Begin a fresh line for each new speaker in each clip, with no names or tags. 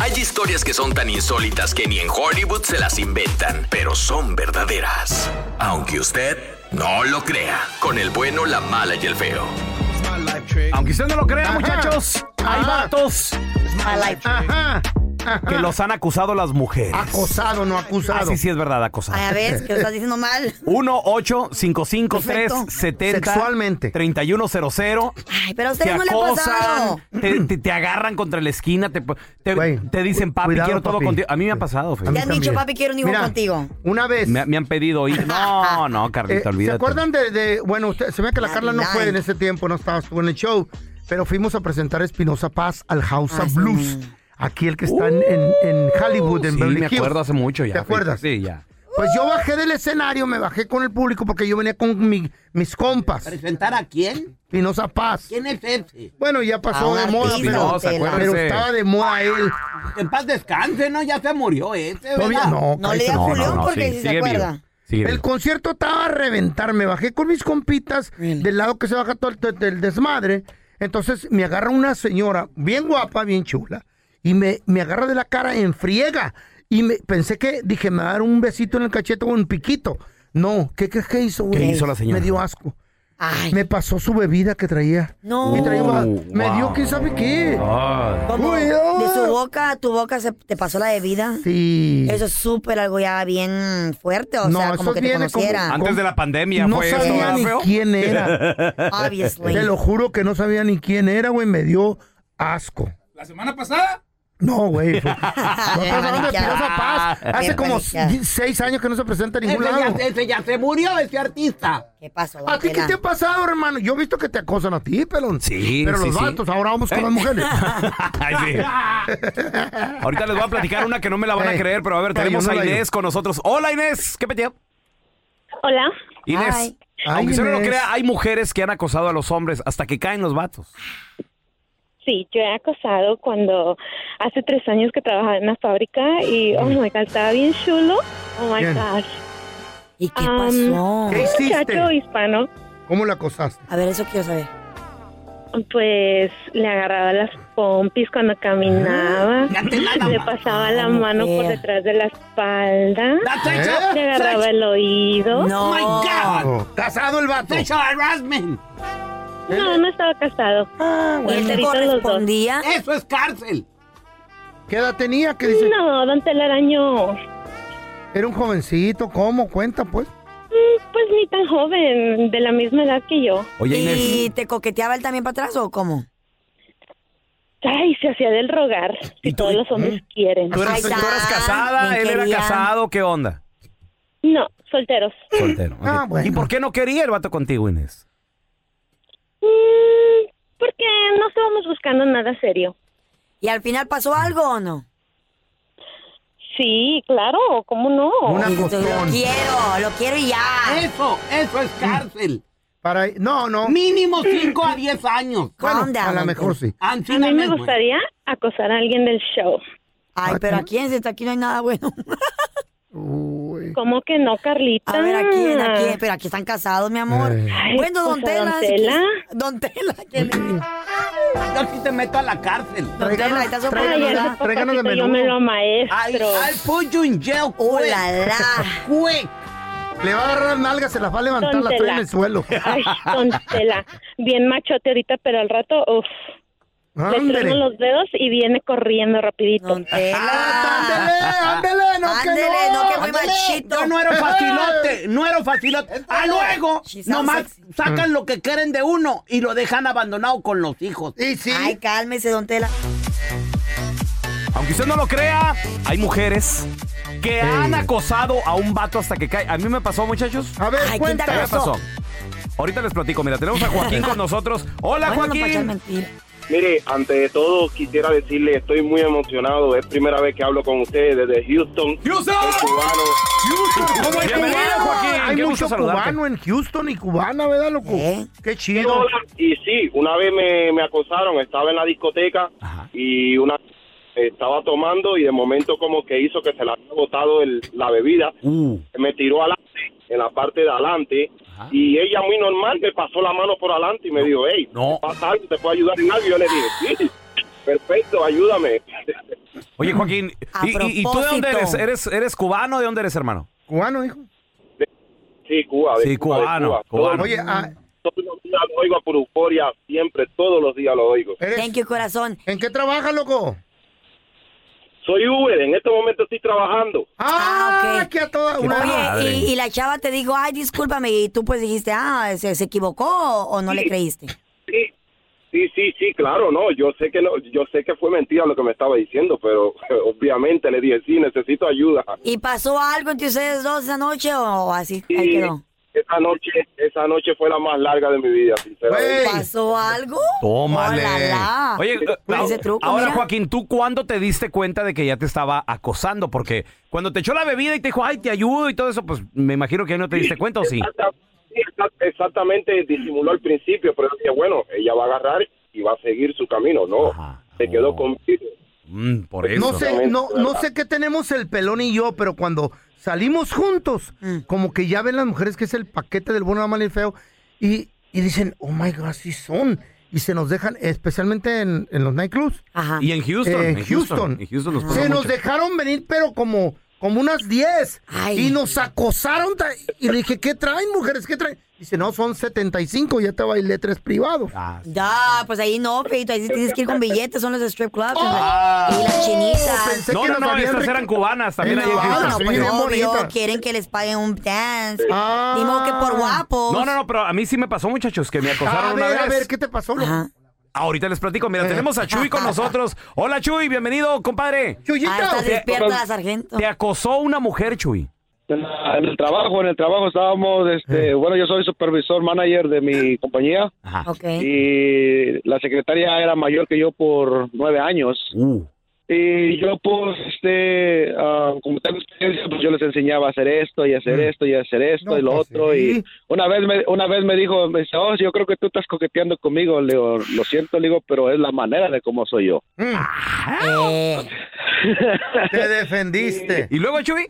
Hay historias que son tan insólitas que ni en Hollywood se las inventan, pero son verdaderas. Aunque usted no lo crea, con el bueno, la mala y el feo.
Aunque usted no lo crea, muchachos, hay datos
Ajá.
que
ajá.
los han acusado las mujeres.
Acosado, no acusado.
Así sí es verdad,
Ay,
acosado.
a ver, que lo estás diciendo mal.
1 8 5
Perfecto.
70
Sexualmente.
3100
Ay, pero a
te
ustedes no le ha pasado.
acosan, te, te- te agarran contra la esquina, te, te,
Güey,
te dicen,
cu-
papi,
cuidado,
quiero todo
papi".
contigo. A mí me ha pasado,
A
Fer.
mí
Te han dicho,
también.
papi, quiero un hijo
Mira,
contigo.
Una vez.
Me, me han pedido ir. No, no,
Eh,
Carlita,
¿Se
olvídate.
acuerdan de, de- bueno, usted, se ve que la
La
Carla no
Lal.
fue en ese tiempo, no estaba estuvo en el show, pero fuimos a presentar a Espinosa Paz al House
Ah,
of
sí.
Blues, aquí el que está en, en- en Hollywood, en
sí,
Beverly
me acuerdo
Hills.
hace mucho ya.
¿Te
Fer.
acuerdas?
Sí, ya.
Pues yo bajé del escenario, me bajé con el público porque yo venía con mi- mis compas,
¿Presentar a quién?
Espinosa Paz.
¿Quién es ese?
Bueno, ya
A
pasó
un
de moda,
artista,
pero,
Espinosa,
Tela.
acuérdate.
pero estaba de moda él.
Ah, Que En paz descanse, ¿no? Ya se murió ese,
Todavía
¿verdad?
no,
No
cállate.
le digas
No,
Julián
no, no,
porque
sí,
si se
sigue
acuerda.
vivo. Sigue
El
vivo.
concierto estaba a reventar. Me bajé con mis compitas
Really?
del lado que se baja todo el, del desmadre. Entonces me agarra una señora bien guapa, bien chula, y me, me agarra de la cara en friega. Y me, pensé que, dije, me va a dar un besito en el cachete o un piquito. No, ¿qué crees que hizo, güey?
¿Qué hizo la señora?
Me dio asco.
Ay,
Me pasó su bebida que traía.
No.
Y traía una-
Oh,
me dio
wow.
quién sabe qué.
Ay.
¿cómo?
Uy, ah.
De su boca a tu boca se te pasó la bebida.
Sí.
Eso es súper algo ya bien fuerte, o
No,
sea,
eso
como que te
viene como-
conociera.
Antes de la pandemia
no
fue eso,
sabía
¿verdad,
ni
feo?
quién era.
Obviously.
Te lo juro que no sabía ni quién era, güey. Me dio asco.
¿La semana pasada?
No, güey. fue- No
Bien
pasaron de
paniqueada.
Espinosa Paz. Hace
Bien
como
paniqueada.
s- seis años que no se presenta en
Ese
ningún
ya,
lado.
ese ya se murió, ese artista.
¿Qué pasó?
¿A ti qué
Tela?
te ha pasado, hermano? Yo he visto que te acosan a ti, pelón.
Sí,
Pero
sí,
los
sí.
vatos, ahora vamos
Eh.
con las mujeres.
Ay, sí. Ahorita les voy a platicar una que no me la van a
Eh,
creer, pero a ver,
está
tenemos
yo,
a
no la
Inés con nosotros. Hola Inés, ¿qué peteo?
Hola.
Inés,
Ay.
Ay,
aunque usted no lo
Inés.
crea, hay mujeres que han acosado a los hombres hasta que caen los vatos.
Sí, yo he acosado cuando hace tres años que trabajaba en una fábrica y, oh my God, estaba bien chulo. Oh my
Bien.
gosh.
¿Y qué
Um,
pasó?
¿Qué
Un muchacho
hiciste?
hispano,
¿Cómo la acosaste?
A ver, eso quiero saber.
pues le agarraba las pompis cuando caminaba,
Date la,
le
la,
pasaba la
Ah,
mano por
mujer.
detrás de la espalda,
date
¿Eh?
eso.
le agarraba el oído.
No.
Oh my God.
Oh, Casado el vato.
Sexual harassment.
No, no estaba casado.
Ah, ¿Y él te
Ahorita los dos.
correspondía?
Eso es cárcel.
¿Qué edad tenía? ¿Qué dice?
No, don Telaraño,
Era un jovencito. ¿Cómo? Cuenta, pues.
pues ni tan joven, de la misma edad que yo.
Oye Inés,
¿Y te coqueteaba él también para atrás o cómo?
Ay, se hacía del rogar,
¿Y
que
tú-
todos los hombres quieren.
¿tú eras,
Ahí
tú
está.
eras casada?
Bien
¿Él era
quería.
casado? ¿Qué onda?
No, solteros.
Soltero. ok.
Ah, bueno.
¿Y por qué no quería el vato contigo, Inés?
Mm, Porque no estábamos buscando nada serio.
¿Y al final pasó algo o no?
Sí, claro, ¿cómo no?
Una
Y dices, lo
acostón.
quiero, lo quiero y ya.
Eso, eso es cárcel.
Para... No, no.
Mínimo 5 a 10 años.
Calm
Bueno,
down,
a lo
don
mejor
Tela.
sí.
A mí me gustaría acosar a alguien del show.
Ay, pero aquí en este aquí no hay nada bueno.
Uy.
¿Cómo que no, Carlita?
A ver, ¿a quién? ¿A quién? Pero aquí están casados, mi amor.
Ay,
bueno, don
pues, a don
Tela. si
Tela.
quieres- Don Tela, ¿quién es? Don
Yo sí te meto a la cárcel.
Tela, ahí está su
tráiganos,
Ay,
palabra.
hace
tráiganos
poco
de
ratito
menudo.
yo me lo
I'll,
maestro.
I'll put you in jail quick.
¡Oh, la, la!
Quick.
Le va a agarrar nalgas, se las va a levantar, las trae en el suelo.
Ay, don Tela. Bien machote ahorita, pero al rato, uff. Le
Ándele.
tremo los dedos y viene corriendo rapidito.
Don Tela.
Ah, ándele, ándele, no
Ándele,
que no.
no, que muy machito.
Yo no era facilote, no era facilote. Ah, luego,
She sounds
nomás
sexy.
sacan
Mm.
lo que quieren de uno y lo dejan abandonado con los hijos.
Y sí.
Ay, cálmese, don Tela.
Aunque usted no lo crea, hay mujeres que han acosado a un vato hasta que cae. A mí me pasó, muchachos.
A ver,
Ay, ¿quién
cuenta.
te
¿Qué me
pasó?
pasó? Ahorita les platico. Mira, tenemos a Joaquín con nosotros. Hola,
Bueno, no para echar
Joaquín.
mentira.
Mire, ante todo quisiera decirle, estoy muy emocionado. Es primera vez que hablo con ustedes desde Houston.
¡Houston!
Soy cubano.
¿Cómo hay
Bienvenido,
cubano?
Joaquín.
Qué
Hay
gusto
mucho
saludarte.
cubano en Houston y cubana, ¿verdad, loco?
¿Eh?
Qué chido.
Y sí, una vez me, me acosaron, estaba en la discoteca
Ajá.
y una estaba tomando y de momento como que hizo que se le había botado el- la bebida.
Uh.
me tiró adelante, en la parte de adelante,
Ajá.
y ella muy normal me pasó la mano por adelante y me dijo, hey,
No.
¿te pasa algo? ¿Te puedo ayudar en algo? Yo le dije, sí, perfecto, ayúdame.
Oye, Joaquín,
A
¿y, y- y tú de dónde eres?
propósito.
eres? ¿Eres cubano? ¿De dónde eres, hermano?
Cubano, dijo.
Sí, Cuba. de
Sí,
Cuba, de
cubano,
Cuba.
cubano.
Todos,
Oye, ah,
todos los días lo oigo por euforia, siempre, todos los días lo oigo.
eres-
Thank you, corazón.
¿en qué trabajas, loco?
Soy Uber, en este momento estoy trabajando.
Ah,
Ah, ok.
que a toda una.
Oye,
madre.
y, y la chava te dijo, ay, discúlpame, y tú pues dijiste, ah, ¿se, se equivocó o, o no le creíste?
Sí, sí, sí, sí, claro, no, yo sé que no, yo sé que fue mentira lo que me estaba diciendo, pero obviamente le dije, sí, necesito ayuda.
¿Y pasó algo entre ustedes dos esa noche o así? Ahí
Y
quedó.
esa noche, esa noche fue la más larga de mi vida, sinceramente.
Güey.
¿Pasó algo?
Tómale.
Tómala.
Oye, eh,
Con
ah-
ese Pues truco,
ahora
mira.
Joaquín, ¿tú cuándo te diste cuenta de que ya te estaba acosando? Porque cuando te echó la bebida y te dijo, ay, te ayudo y todo eso, pues me imagino que no te diste cuenta o sí.
Exacta- sí, exact- Exactamente, disimuló al principio, pero decía, bueno, ella va a agarrar y va a seguir su camino, no.
Ajá.
Se quedó
Oh.
conmigo.
Mm, por eso.
No sé, no, no sé qué tenemos el pelón y yo, pero cuando salimos juntos,
Mm.
como que ya ven las mujeres que es el paquete del bueno, la mala y el feo, y, y dicen, oh my god, sí son. Y se nos dejan, especialmente en, en los nightclubs.
Ajá.
Y en Houston.
Eh,
en Houston.
Houston.
En Houston nos
Se
pasa
nos
mucho.
dejaron venir, pero como, como unas 10.
Ay.
Y nos acosaron. tra- Y le dije, ¿qué traen, mujeres? ¿Qué traen? Dice, no, son 75, ya te bailé tres privados.
Ah,
Ya, pues ahí no, feito, ahí sí tienes que ir con billetes, son los strip clubs.
Ah.
hombre. Y las chinitas.
Pensé
No,
que
no,
nos
no,
habían
estas
rico-
eran cubanas también
Eh,
ahí Oh, en
no,
Houston.
Bueno,
Ah, sí,
pues
bien
obvio,
bonita.
quieren que les paguen un dance.
Ah.
Ni modo que por guapos.
No, no, no, pero a mí sí me pasó, muchachos, que me acosaron
A
una
ver,
vez.
a ver, ¿qué te pasó? loco?
Ajá.
Ahorita les platico. Mira, tenemos a Chuy con nosotros. Hola, Chuy, bienvenido, compadre.
Chuyito.
Ah, está despierta
Papá.
la sargento.
Te acosó una mujer, Chuy.
En, la- en el trabajo, en el trabajo estábamos, este,
Eh.
bueno, yo soy supervisor, manager de mi compañía
Ajá.
Ok.
y la secretaria era mayor que yo por nueve años
Uh.
y yo pues, este, ah, como tengo experiencia, pues yo les enseñaba a hacer esto y hacer esto y hacer
Mm.
esto
No,
y lo
pues,
otro
sí.
y una vez me, una vez me dijo, me dice, oh, yo creo que tú estás coqueteando conmigo, le digo, lo siento, le digo, pero es la manera de cómo soy yo.
Eh,
Mm. Te defendiste.
¿Y luego, Chuy?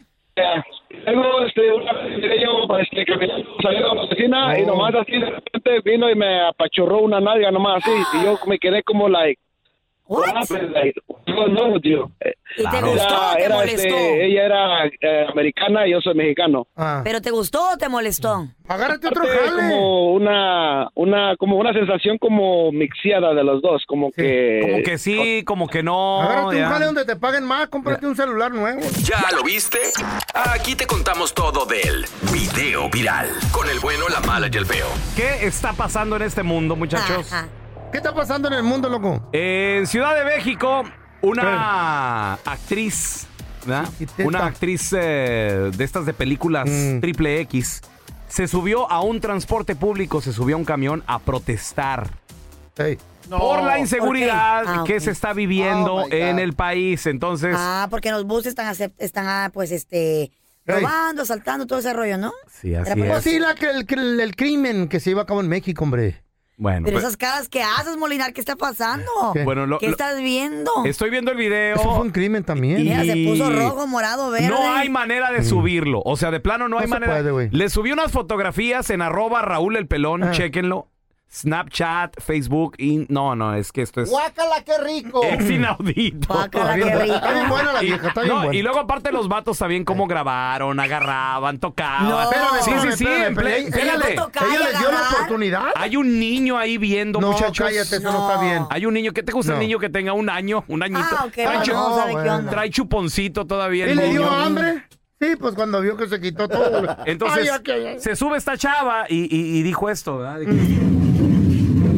Luego, este, una vez llegué yo, este, caminando, saliendo de la oficina y nomás así de repente vino y me apachurró una nalga nomás así y yo me quedé como like, what
what?
happened? Like, what's going on with you?
¿Y te
Claro.
gustó o te
Era,
molestó?
este, ella era eh, americana y yo soy mexicano.
Ah.
¿Pero te gustó o te molestó?
Agárrate otro
Fue
jale.
como una, una, como una sensación como mixiada de los dos, como
Sí,
que...
Como que sí, como que no.
Agárrate
ya.
un jale donde te paguen más, cómprate un celular nuevo.
¿Ya lo viste? Aquí te contamos todo del video viral. Con el bueno, la mala y el feo.
¿Qué está pasando en este mundo, muchachos?
Ajá.
¿Qué está pasando en el mundo, loco?
En Ciudad de México, una actriz, ¿verdad?
Chiquitita.
Una actriz eh, de estas de películas
Mm.
triple X, se subió a un transporte público, se subió a un camión a protestar
Ey.
por la inseguridad
¿Por qué? Ah,
que
ok.
se está viviendo
Oh, my God.
en el país. Entonces,
Ah, porque en los buses están, acep- están ah, pues, este, robando, asaltando, todo ese rollo, ¿no?
sí, así
Pero
Pues
es.
sí, la, que- el, que- el, el crimen que se lleva a cabo en México, hombre.
Bueno,
Pero
pues,
esas caras que haces, Molinar, ¿qué está pasando?
¿Qué?
bueno, lo-
¿Qué
lo-
estás viendo?
estoy viendo el
Eso fue
video.
un crimen también.
Mira, se
y-
puso rojo, morado, verde.
No hay manera de subirlo. O sea, de plano no,
Mm. No
hay
se
manera.
puede, güey.
Le subí unas fotografías en arroba Raúl el Pelón,
Ah.
chéquenlo. Snapchat, Facebook, y no, no, es que esto es,
¡Guácala, qué rico!
pues, es inaudito.
Guácala, qué rico.
Está bien buena la vieja, está bien
No,
buena.
y luego aparte los vatos también cómo grabaron, agarraban, tocaban.
No. Espérame,
sí, sí,
espérame,
sí,
espérame,
en
espérame.
play-
Ella-
ella
fíjate,
le tocó. Tocar y
¿Ella les dio la
agarrar.
oportunidad?
Hay un niño ahí viendo,
No,
muchachos.
cállate, eso no
No.
está bien.
Hay un niño, ¿qué te gusta
No.
un niño que tenga un año, un añito?
Ah, ok,
trae,
no,
chu-
no sabe qué
bueno.
onda.
trae chuponcito todavía. el
¿Y le dio
niño.
hambre? Sí, pues cuando vio que se quitó todo. güey.
Entonces,
Ay, ay, ay.
se sube esta chava y, y- y dijo esto, ¿verdad? Dijo,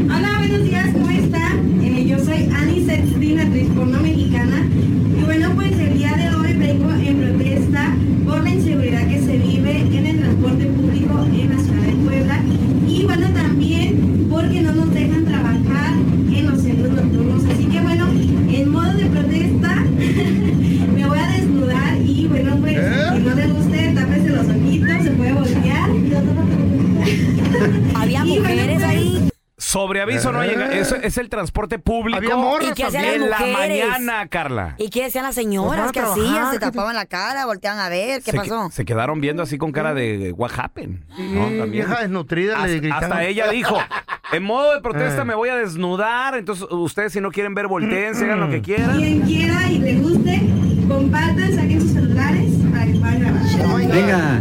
Hola, buenos días, ¿cómo están? Eh, yo soy Ani Sextina, actriz porno mexicana. Y bueno, pues el día de hoy vengo en protesta por la inseguridad que se vive en el transporte público en la ciudad de Puebla. Y bueno, también porque no nos dejan trabajar en los centros pues, pues,
sobreaviso no ha llegado. Es, es el transporte público.
Eh. Había morras ¿Y
qué hacían también.
en
las
la
mujeres?
mañana, Carla.
¿Y qué hacían las
Pues van
señoras?
a
¿Qué
trabajar,
hacían?
¿qué
Se
te-
tapaban la cara, volteaban a ver. ¿Qué
se,
pasó?
que- se quedaron viendo así con cara de what happened. ¿no? También.
vieja desnutrida le
Hasta,
gritaron.
hasta ella dijo, en modo de protesta
Eh.
me voy a desnudar, entonces ustedes si no quieren ver, volteen, hagan
Mm,
lo que quieran.
Quien quiera y le guste, compartan, saquen sus celulares para que puedan grabar.
Venga.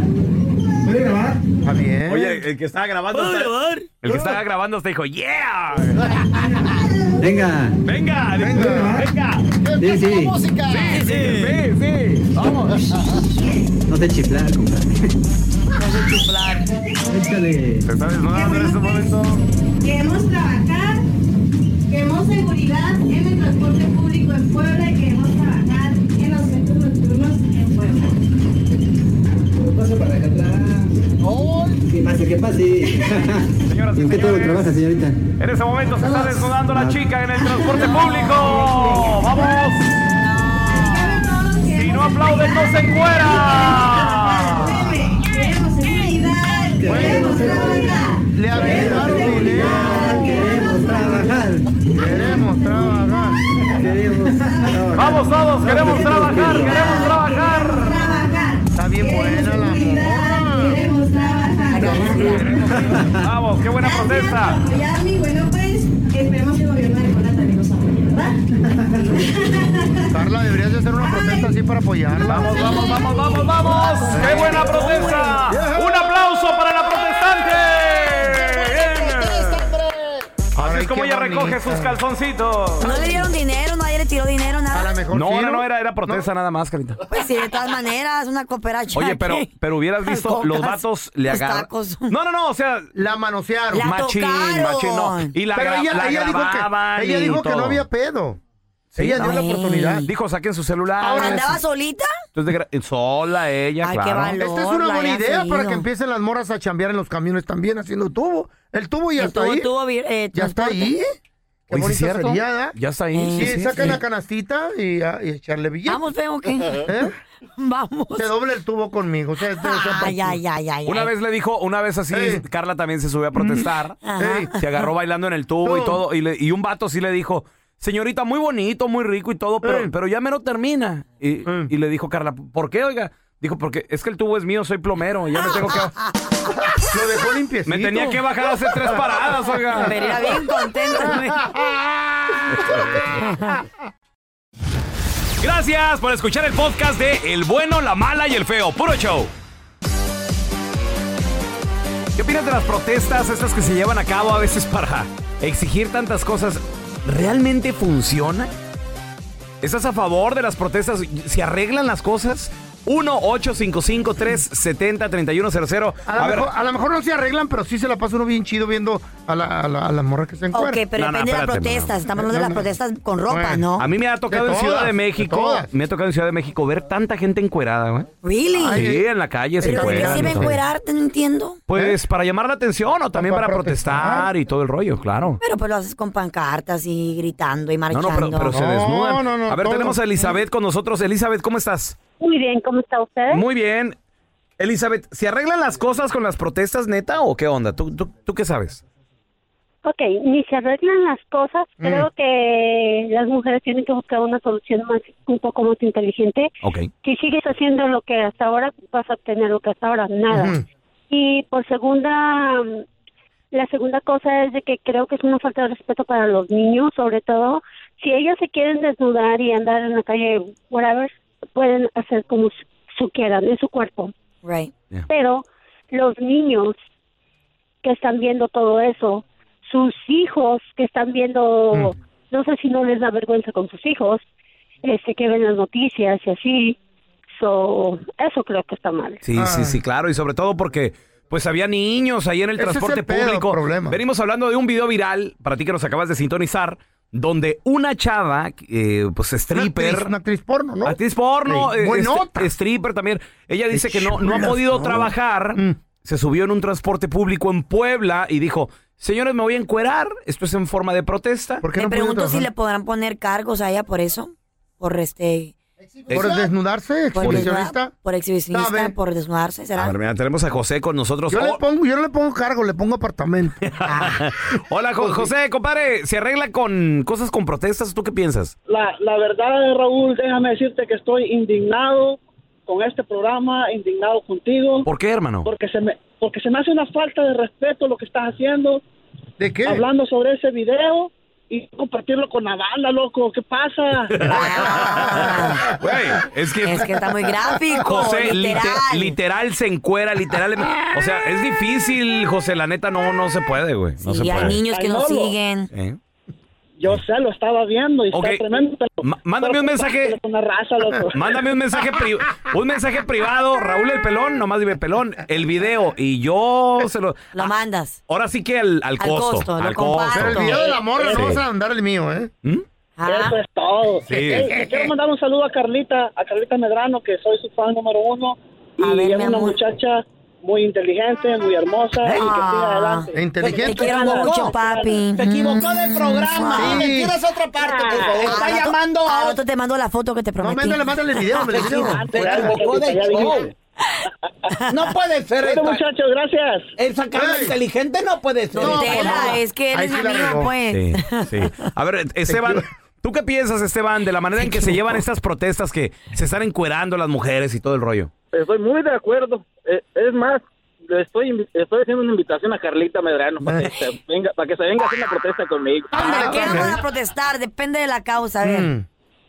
Está bien. Oye,
el que estaba grabando... El que estaba grabando hasta dijo, yeah.
Venga.
Venga, venga, venga.
Sí, sí.
Sí, sí, sí.
No te chiflar, compadre. No te chiflar. Échale.
¿Te sabes nada en este momento?
Queremos trabajar, queremos seguridad en el transporte público en Puebla y queremos trabajar en los centros nocturnos en Puebla.
Pase para acá atrás. ¿Qué pase? ¿Qué pase?
Señoras y
¿En qué todo
señores,
trabaja, señorita?
en ese momento se está desnudando la chica en el transporte público. ¡Vamos! Si no aplauden, no se encuera.
Queremos seguridad, queremos trabajar.
le aventaron dinero.
Queremos trabajar.
Queremos trabajar.
Queremos trabajar.
Vamos todos,
Ah,
queremos trabajar, queremos trabajar.
Trabajar.
Está bien buena la
Seguridad,
morra.
queremos trabajar.
Vamos, qué buena protesta.
Miami, bueno pues, esperemos que el gobierno de Puebla también nos apoye, ¿verdad?
Carla, deberías de hacer una protesta así para apoyarla.
Vamos, vamos, vamos, vamos, vamos. ¡Qué buena protesta! ¡Un aplauso para la protestante! Bien. Así es como ella recoge sus calzoncitos.
No le dieron dinero, nadie le tiró dinero,
A
nada.
lo mejor
No,
sí,
no, no, era, era protesta nada más, Carita.
Pues sí, de todas maneras, una cooperacha.
Oye, pero,
aquí.
pero hubieras visto,
Cocas,
los vatos le
los
agarran.
tacos.
No, no, no, o sea,
La manosearon.
La
machín,
tocaron.
machín, no. Y la,
Pero
gra-
ella,
la
ella dijo
grababan
que, ella
y
dijo que
todo.
no había pedo. ella dio la
no.
oportunidad.
Dijo, saquen su celular.
Ahora-
¿Andaba solita?
Entonces, de gra- sola ella,
Ay, qué
claro.
valor.
Esta es una
la
buena
había
idea para
seguido.
que empiecen las moras a chambear en los camiones también haciendo tubo. El tubo ya está
Tuvo-
ahí.
tuvo vir- eh,
Ya está
transporte.
ahí. Qué
Oye, sí
bonito
es cierto.
sería, ¿verdad?
Ya está ahí.
Sí,
sí, sí,
saca
sí.
la canastita y, a- y echarle billete.
Vamos, feo, ¿qué?
¿Eh?
Vamos.
Se doble el tubo conmigo. o sea, este- este-
Ay, ay, ay, ay.
Una
ay.
vez le dijo, una vez así,
Ey.
Carla también se subió a protestar.
Mm. Ajá.
Ey.
Se agarró bailando en el tubo y
No.
todo. Y, le- y un vato sí le dijo, señorita, muy bonito, muy rico y todo, pero,
Ey.
pero ya mero termina. Y,
Ey.
y le dijo Carla, ¿por qué, oiga? Dijo, porque es que el tubo es mío, soy plomero, ya me tengo que...
Lo dejó limpiecito.
Me tenía que bajar a hacer tres paradas, oiga.
Pero era bien contenta. güey.
Gracias por escuchar el podcast de El Bueno, la Mala y el Feo. Puro show. ¿Qué opinas de las protestas estas que se llevan a cabo a veces para exigir tantas cosas? ¿Realmente funciona? ¿Estás a favor de las protestas? ¿Se arreglan las cosas? 1-855-370-3100.
A lo, mejor, a lo mejor no se arreglan, pero sí se la pasa uno bien chido viendo a, la, a, la- a las morras que se encuentran.
Ok, pero
No, no,
depende de
espérate,
las protestas.
no.
Estamos hablando de las protestas con ropa,
Bueno,
¿no?
a mí me ha tocado
De
en Ciudad
todas,
de
de
México.
todas.
me ha tocado en Ciudad de México ver tanta gente encuerada, güey.
Really.
Sí, en la calle se
¿Pero de qué
encueran.
sirve
y todo.
encuerarte? No entiendo.
Pues para llamar la atención o también para,
¿Eh? para
protestar.
protestar.
y todo el rollo, claro.
Pero pues lo haces con pancartas y gritando y
No,
marchando.
no, pero, pero se
No,
desnudan.
no, no,
a ver,
todo.
tenemos a Elizabeth con nosotros. Elizabeth, ¿cómo estás?
Muy bien, ¿cómo está usted?
Muy bien. Elizabeth, ¿se arreglan las cosas con las protestas, neta, o qué onda? ¿Tú, tú, tú qué sabes?
Ok, ni se arreglan las cosas.
Mm.
Creo que las mujeres tienen que buscar una solución más, un poco más inteligente.
Ok.
Si sigues haciendo lo que hasta ahora, vas a obtener lo que hasta ahora, nada. Y por segunda, mm, la segunda cosa es de que creo que es una falta de respeto para los niños, sobre todo. Si ellos se quieren desnudar y andar en la calle, whatever, pueden hacer como su, su quieran, es su cuerpo.
Right.
Pero los niños que están viendo todo eso, sus hijos que están viendo, no sé si no les da vergüenza con sus hijos, este, que ven las noticias y así. So, eso creo que está mal.
Sí, sí,
Ah.
sí, claro. Y sobre todo porque pues había niños ahí en el
Ese es
transporte
el pedo,
público.
problema.
Venimos hablando de un video viral, para ti que nos acabas de sintonizar, donde una chava, eh, pues
Una
stripper...
actriz- Una actriz porno, ¿no?
Actriz porno,
Sí,
eh,
buenota.
est- stripper también. Ella dice que no, no ha
chulas,
podido
¿no?
trabajar.
Mm.
Se subió en un transporte público en Puebla y dijo, señores, me voy a encuerar. Esto es en forma de protesta.
¿Por qué
Me
no puede
pregunto si
trabajar?
le podrán poner cargos a ella por eso. Por este
¿Por desnudarse?
Por
¿Exhibicionista?
desnuda- Por exhibicionista,
¿Sabe?
por desnudarse,
A
¿será?
ver, mira, tenemos a José con nosotros.
Yo,
Oh,
le pongo, yo no le pongo cargo, le pongo apartamento.
Hola, Jo- José, compadre. ¿Se arregla con cosas con protestas? ¿Tú qué piensas?
La, la verdad, Raúl, déjame decirte que estoy indignado con este programa, indignado contigo.
¿Por qué, hermano?
Porque se me, porque se me hace una falta de respeto lo que estás haciendo.
¿De qué?
Hablando sobre ese video y compartirlo con la banda, loco. ¿Qué pasa?
Güey, es que...
Es que está muy gráfico,
José, lite-
literal.
literal. se encuera, literal. O sea, es difícil, José. La neta, no, no se puede, güey. No se
y hay
puede.
niños que
Ay, no,
no
lo-
siguen.
¿Eh?
Yo sé, lo estaba viendo y
Ok.
está tremendo. Pero,
Ma- mándame
pero
un mensaje.
compártelo Con la raza, loco.
Mándame un mensaje, pri- un mensaje privado, Raúl el Pelón, nomás dime Pelón, el video y yo se lo... ah,
Lo mandas.
Ahora sí que al, al
Al
costo.
costo, lo
al costo.
Pero el video de la morra
Sí.
no vas a mandar el mío, ¿eh?
¿Mm?
Ajá.
Eso es todo.
Sí.
Ey, le quiero mandar un saludo a Carlita, a Carlita Medrano, que soy su fan número uno. Y
A ver,
es
mi
una
amor.
muchacha muy inteligente, muy hermosa y que siga
Ah.
adelante.
Te
Inteligente.
quiero mucho, papi. Mm,
Te equivocó del programa.
Ah, Sí.
Te quieres otra parte, por favor.
Ah, Al
Está
rato-
llamando
al
a
rato te mando la foto que te
No,
prometí.
mándale, mándale el video, hombre, el video.
Te equivocó del
Ya
show.
dijiste.
No puede ser.
Bueno,
esta-
muchachos, gracias.
El sacado
Ey.
inteligente no puede ser.
Don
No,
Tela,
pues no.
es que
Ahí
eres
sí
mi
la
amigo,
regó.
pues.
Sí, sí. A ver, Esteban, ¿tú qué piensas, Esteban, de la manera en que se llevan estas protestas que se están encuerando las mujeres y todo el rollo?
Estoy muy de acuerdo. Eh, es más, le estoy, invi- estoy haciendo una invitación a Carlita Medrano para que se venga, para que se venga a hacer una protesta conmigo.
¿Para qué
ándale.
vamos a protestar? Depende de la causa, a ver.
Mm.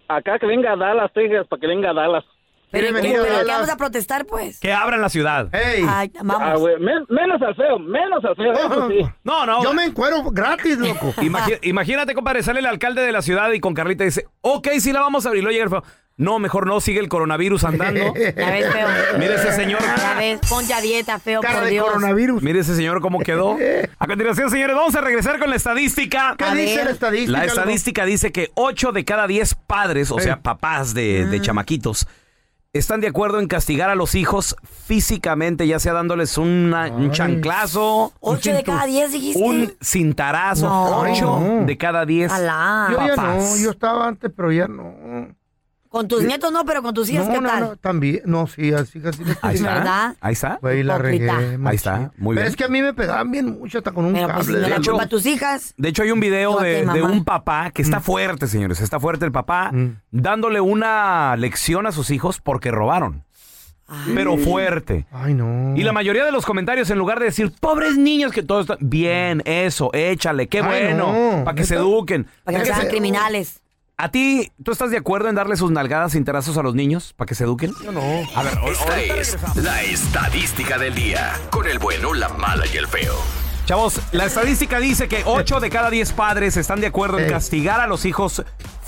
Acá que venga a Dallas, Texas, para que venga a Dallas.
Pero, ¿qué,
Bienvenido,
pero qué
Dallas.
vamos a protestar, pues?
Que abran la ciudad.
Ey,
Ay,
Ah,
vamos.
güey, men- menos al feo, menos al feo. eso sí.
No, no.
yo me encuero gratis, loco.
imagi- imagínate, compadre, sale el alcalde de la ciudad y con Carlita dice, ok, sí la vamos a abrir. Luego llega el feo, no, mejor no, sigue el coronavirus andando.
Ya ves, feo.
Mira ese señor.
Ya ves, ponte a dieta, feo,
ah. Cara
por
de
Dios.
coronavirus.
Mire ese señor cómo quedó. A continuación, señores, vamos a regresar con la estadística.
¿Qué
A
dice
ver.
la estadística?
La
loco?
estadística dice que 8 de cada 10 padres, o
Ey.
sea, papás de,
Mm.
de chamaquitos, están de acuerdo en castigar a los hijos físicamente, ya sea dándoles una- un chanclazo,
Ocho de cada diez, dijiste.
un cintarazo.
No.
8
Ay, no.
de cada 10
Alá.
Yo ya no,
papás.
yo estaba antes, pero ya no.
Con tus nietos no, pero con tus hijas,
no,
¿qué
no,
tal?
no, también. No, sí, así casi.
Ahí está.
¿Verdad?
Ahí está.
Ahí la regué.
Hipócrita.
Ahí
machín.
está, muy bien.
Pero es que a mí me pegaban bien mucho, hasta con un
Pero pues si
cable.
no
de
la
hecho-
culpa a tus hijas.
De hecho, hay un video
No,
de,
que
de
mamá.
un papá que está fuerte, señores. Está fuerte el papá
Mm.
dándole una lección a sus hijos porque robaron. Pero fuerte.
Ay, no.
Y la mayoría de los comentarios, en lugar de decir, pobres niños, que todos están bien, eso, échale, qué
Ay,
bueno,
no.
para que se eduquen.
Para que no
Es que
sean
se-
criminales.
¿A ti, tú estás de acuerdo en darle sus nalgadas sin tarazos a los niños para que se eduquen?
Yo no.
A ver, o-
Esta
ahorita
es
regresamos.
la estadística del día. Con el bueno, la mala y el feo.
Chavos, la estadística dice que 8 de cada 10 padres están de acuerdo en
Eh.
castigar a los hijos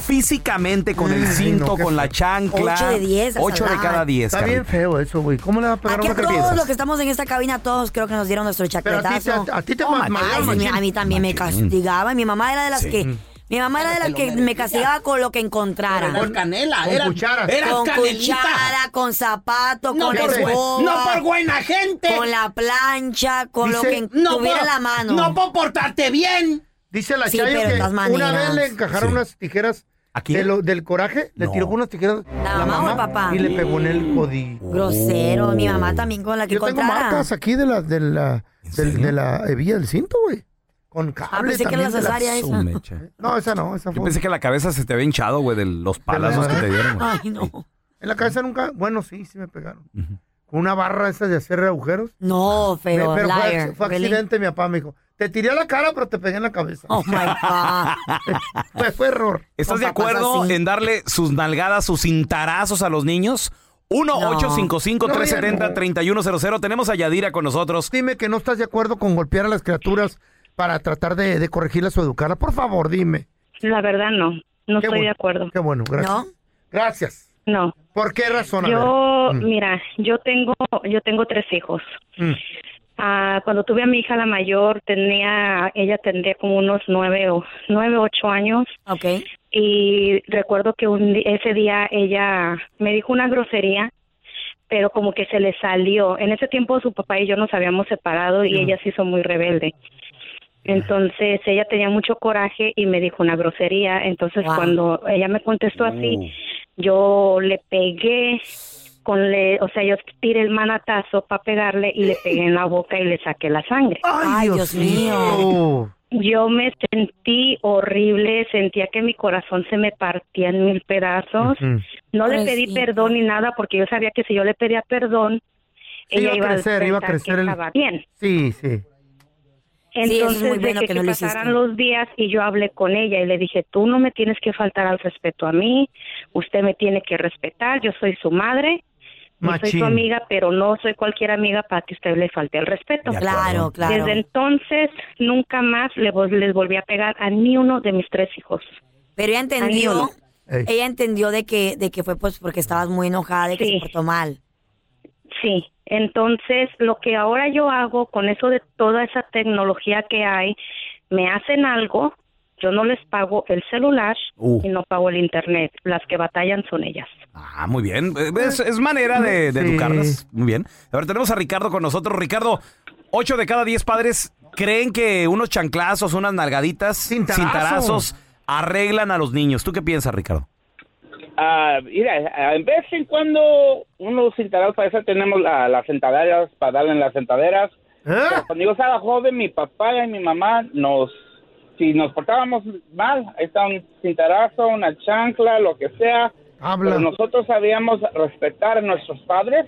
físicamente con el
Ay,
cinto,
no, qué
con la
feo.
chancla.
Ocho de diez,
8 de
Azalá.
cada 10.
Está bien
Carlita.
feo eso, güey. ¿Cómo le va a pegar
Aquí
una
a
carpeta?
todos los que estamos en esta cabina, todos creo que nos dieron nuestro
Pero a ti, te-
chaquetazo.
a, a ti te
Oh,
ma-
my
Ay,
mandaron,
sí,
machín.
a mí también me castigaba. Mi mamá era de las que. Mi mamá era de las que me castigaba con lo que encontrara.
Con canela.
Con
eras-
cucharas.
Eras
Con
canelita.
cuchara, con zapato,
No
con
por,
escoba.
no por buena gente.
Con la plancha, con lo
Dice,
que
no
tuviera
por,
la mano.
No por portarte bien.
Dice la
Sí,
Chayo
pero de
que
todas
una
maneras.
vez le encajaron
Sí.
unas tijeras
¿A quién?
de lo- del coraje. Le
No. Uh.
tiró con unas tijeras
mamá o el papá?
y le pegó en el codillo.
Grosero. Mi
Oh.
mamá también con la que
Yo tengo
encontrara.
marcas aquí de la, de la,
¿En
del-
serio?
de la hebilla del cinto, güey. Con cable
Ah, pensé que
también
era la
de la-
cesárea
Su
esa.
mecha.
No, esa no, esa
Yo
fue.
pensé que la cabeza se te había hinchado, güey, de los palazos que te dieron. güey.
Ay, no.
En la cabeza nunca. Bueno, sí, sí me pegaron. Con una barra esa de hacer agujeros.
No,
Me-
feo.
pero fue,
liar.
ac- fue
really.
accidente, mi papá me dijo. Te tiré a la cara, pero te pegué en la cabeza.
Oh my God.
Fue, fue error.
¿Estás
Con
de
papás
acuerdo
así.
en darle sus nalgadas, sus cintarazos a los niños? 1-855-370-3100. Tenemos a Yadira con nosotros.
Dime que no estás de acuerdo con golpear a las criaturas para tratar de, de corregirlas o educarlas. Por favor, dime.
La verdad no, no
Qué
estoy de
bueno,
acuerdo.
Qué bueno, gracias.
¿No?
Gracias.
No.
¿Por qué razón? A
Yo,
ver. Mm.
mira, yo tengo, yo tengo tres hijos.
Mm.
Ah, cuando tuve a mi hija la mayor, tenía, ella tendría como unos nueve o nueve, ocho años.
Ok.
y recuerdo que un, di- ese día ella me dijo una grosería pero como que se le salió en ese tiempo su papá y yo nos habíamos separado
Mm.
y ella se hizo muy rebelde entonces ella tenía mucho coraje y me dijo una grosería entonces
Wow.
cuando ella me contestó así yo le pegué con le, o sea, yo tiré el manatazo para pegarle y le pegué en la boca y le saqué la sangre.
Ay, Dios mío.
Yo me sentí horrible, sentía que mi corazón se me partía en mil pedazos.
Ujú.
No le pedí
Pobrecito.
perdón ni nada porque yo sabía que si yo le pedía perdón,
Sí,
ella
iba a crecer, iba a
pensar
crecer
que
el...
estaba bien.
Sí, sí.
Sí, eso es
Entonces,
muy
de
bueno
que,
que no
que
lo hiciste.
pasaran los días y yo hablé con ella y le dije, tú no me tienes que faltar al respeto a mí, usted me tiene que respetar, yo soy su madre, yo soy
Machín.
su amiga, pero no soy cualquier amiga para que usted le falte el respeto.
De acuerdo. Claro, claro.
Desde entonces, nunca más le vol- les volví a pegar a ni uno de mis tres hijos.
Pero ella
Ay,
entendió,
no.
Ey.
ella entendió de que, de que fue pues porque estabas muy enojada, de que se portó mal.
Sí, entonces lo que ahora yo hago con eso de toda esa tecnología que hay, me hacen algo, yo no les pago el celular
Uh.
y no pago el internet. Las que batallan son ellas.
Ah, muy bien. Es, es manera de, de
Sí.
educarlas. Muy bien. Ahora tenemos a Ricardo con nosotros. Ricardo, 8 de cada 10 padres creen que unos chanclazos, unas nalgaditas,
Cintarazo.
cintarazos, arreglan a los niños. ¿Tú qué piensas, Ricardo?
Ah, mira, en vez en cuando unos sentados para eso tenemos la- las sentaderas, para darle en las sentaderas. Pero Cuando yo estaba joven, mi papá y mi mamá nos, si nos portábamos mal, ahí está un cintarazo, una chancla, lo que sea.
Habla.
Pero nosotros sabíamos respetar a nuestros padres.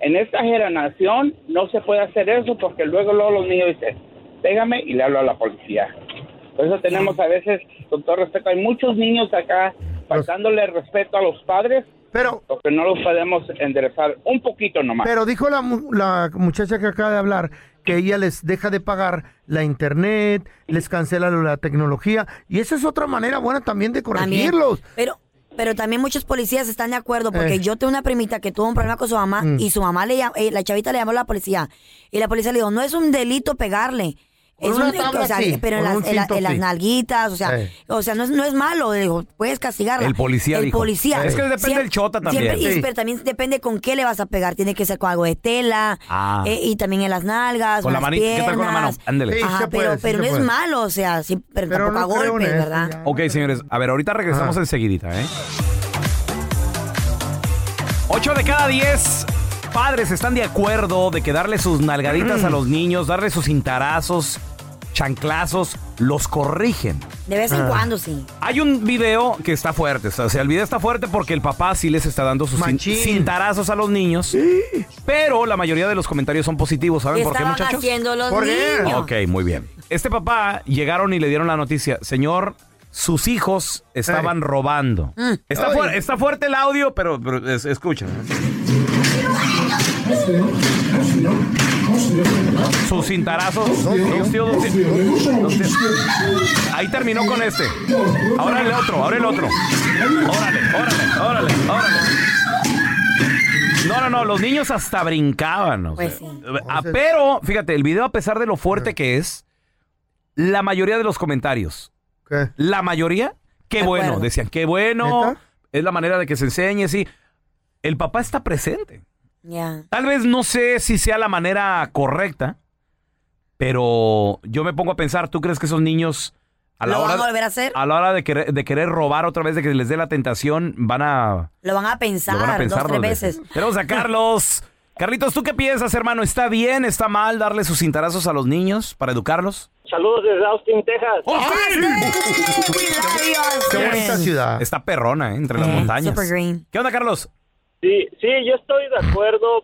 En esta generación no se puede hacer eso porque luego, luego los niños dicen, pégame y le hablo a la policía. Por eso tenemos a veces, con todo respeto, hay muchos niños acá faltándole respeto a los padres,
pero
porque no los podemos enderezar un poquito nomás.
Pero dijo la, mu- la muchacha que acaba de hablar que ella les deja de pagar la internet, les cancela lo de la tecnología y esa es otra manera buena también de
También.
corregirlos.
Pero, pero también muchos policías están de acuerdo porque
Eh.
yo tengo una primita que tuvo un problema con su mamá
Mm.
y su mamá le llam- eh, la chavita le llamó a la policía y la policía le dijo, no es un delito pegarle.
Con
es
una
un,
tabla
o sea,
sí,
pero en
con
las,
un
en la-
cinto
en las
sí.
nalguitas, o sea,
Eh.
o sea, no es, no es malo, le dijo, puedes castigarla.
El policía
El
dijo.
policía.
Es que depende
Siempre-
del chota también.
siempre- y-
Sí.
Pero también depende con qué le vas a pegar, tiene que ser con algo de tela
Ah.
eh, y también en las nalgas,
Con la
las
mani- ¿qué tal con la mano?
piernas.
Ándele. Sí,
Ajá,
se puede,
pero,
sí
pero
se
no
puede.
es malo, o sea, sí, pero, tampoco a golpes, ¿verdad?
Ok, señores. A ver, ahorita regresamos enseguidita, ¿eh? 8 de cada 10 padres están de acuerdo de que darle sus nalgaditas a los niños, darle sus cintarazos, chanclazos, los corrigen.
De vez en
Ah.
cuando sí.
Hay un video que está fuerte, o sea, el video está fuerte porque el papá sí les está dando sus cin- cintarazos a los niños, pero la mayoría de los comentarios son positivos, ¿saben por qué
Estaban
muchachos?
haciendo los
¿Por qué?
niños.
Ok, muy bien. Este papá llegaron y le dieron la noticia, señor, sus hijos estaban robando.
Mm.
Está, fuer- está fuerte el audio, pero, pero es- escuchen. Sus cintarazos. Dos tíos, dos tíos, dos tíos. Ahí terminó con este. Ahora el otro, ahora el otro. Órale, órale, órale, órale. No, no, no, los niños hasta brincaban. o sea.
Pues sí.
Ah, Pero, fíjate, el video, a pesar de lo fuerte que es, la mayoría de los comentarios, la mayoría, qué
De
bueno,
acuerdo.
decían, qué bueno, es la manera de que se enseñe, sí. El papá está presente.
Ya.
Tal vez no sé si sea la manera correcta, pero yo me pongo a pensar, ¿tú crees que esos niños a la
¿Lo
hora Ah.
van a volver a hacer?
a la hora de querer, de querer robar otra vez, de que les dé la tentación, van a,
Lo van a pensar,
lo van a pensar
dos, tres
dos
veces.
Tenemos a Carlos. Carlitos, ¿tú qué piensas, hermano? ¿Está bien, está mal darle sus cintarazos a los niños para educarlos?
Saludos desde Austin, Texas.
Qué bonita ciudad. Está perrona, ¿eh? entre las montañas.
super green.
¿Qué onda, Carlos?
Sí, sí, yo estoy de acuerdo,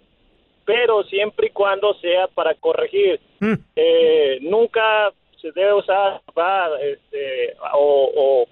pero siempre y cuando sea para corregir.
Mm.
Eh, nunca se debe usar va, este, o, o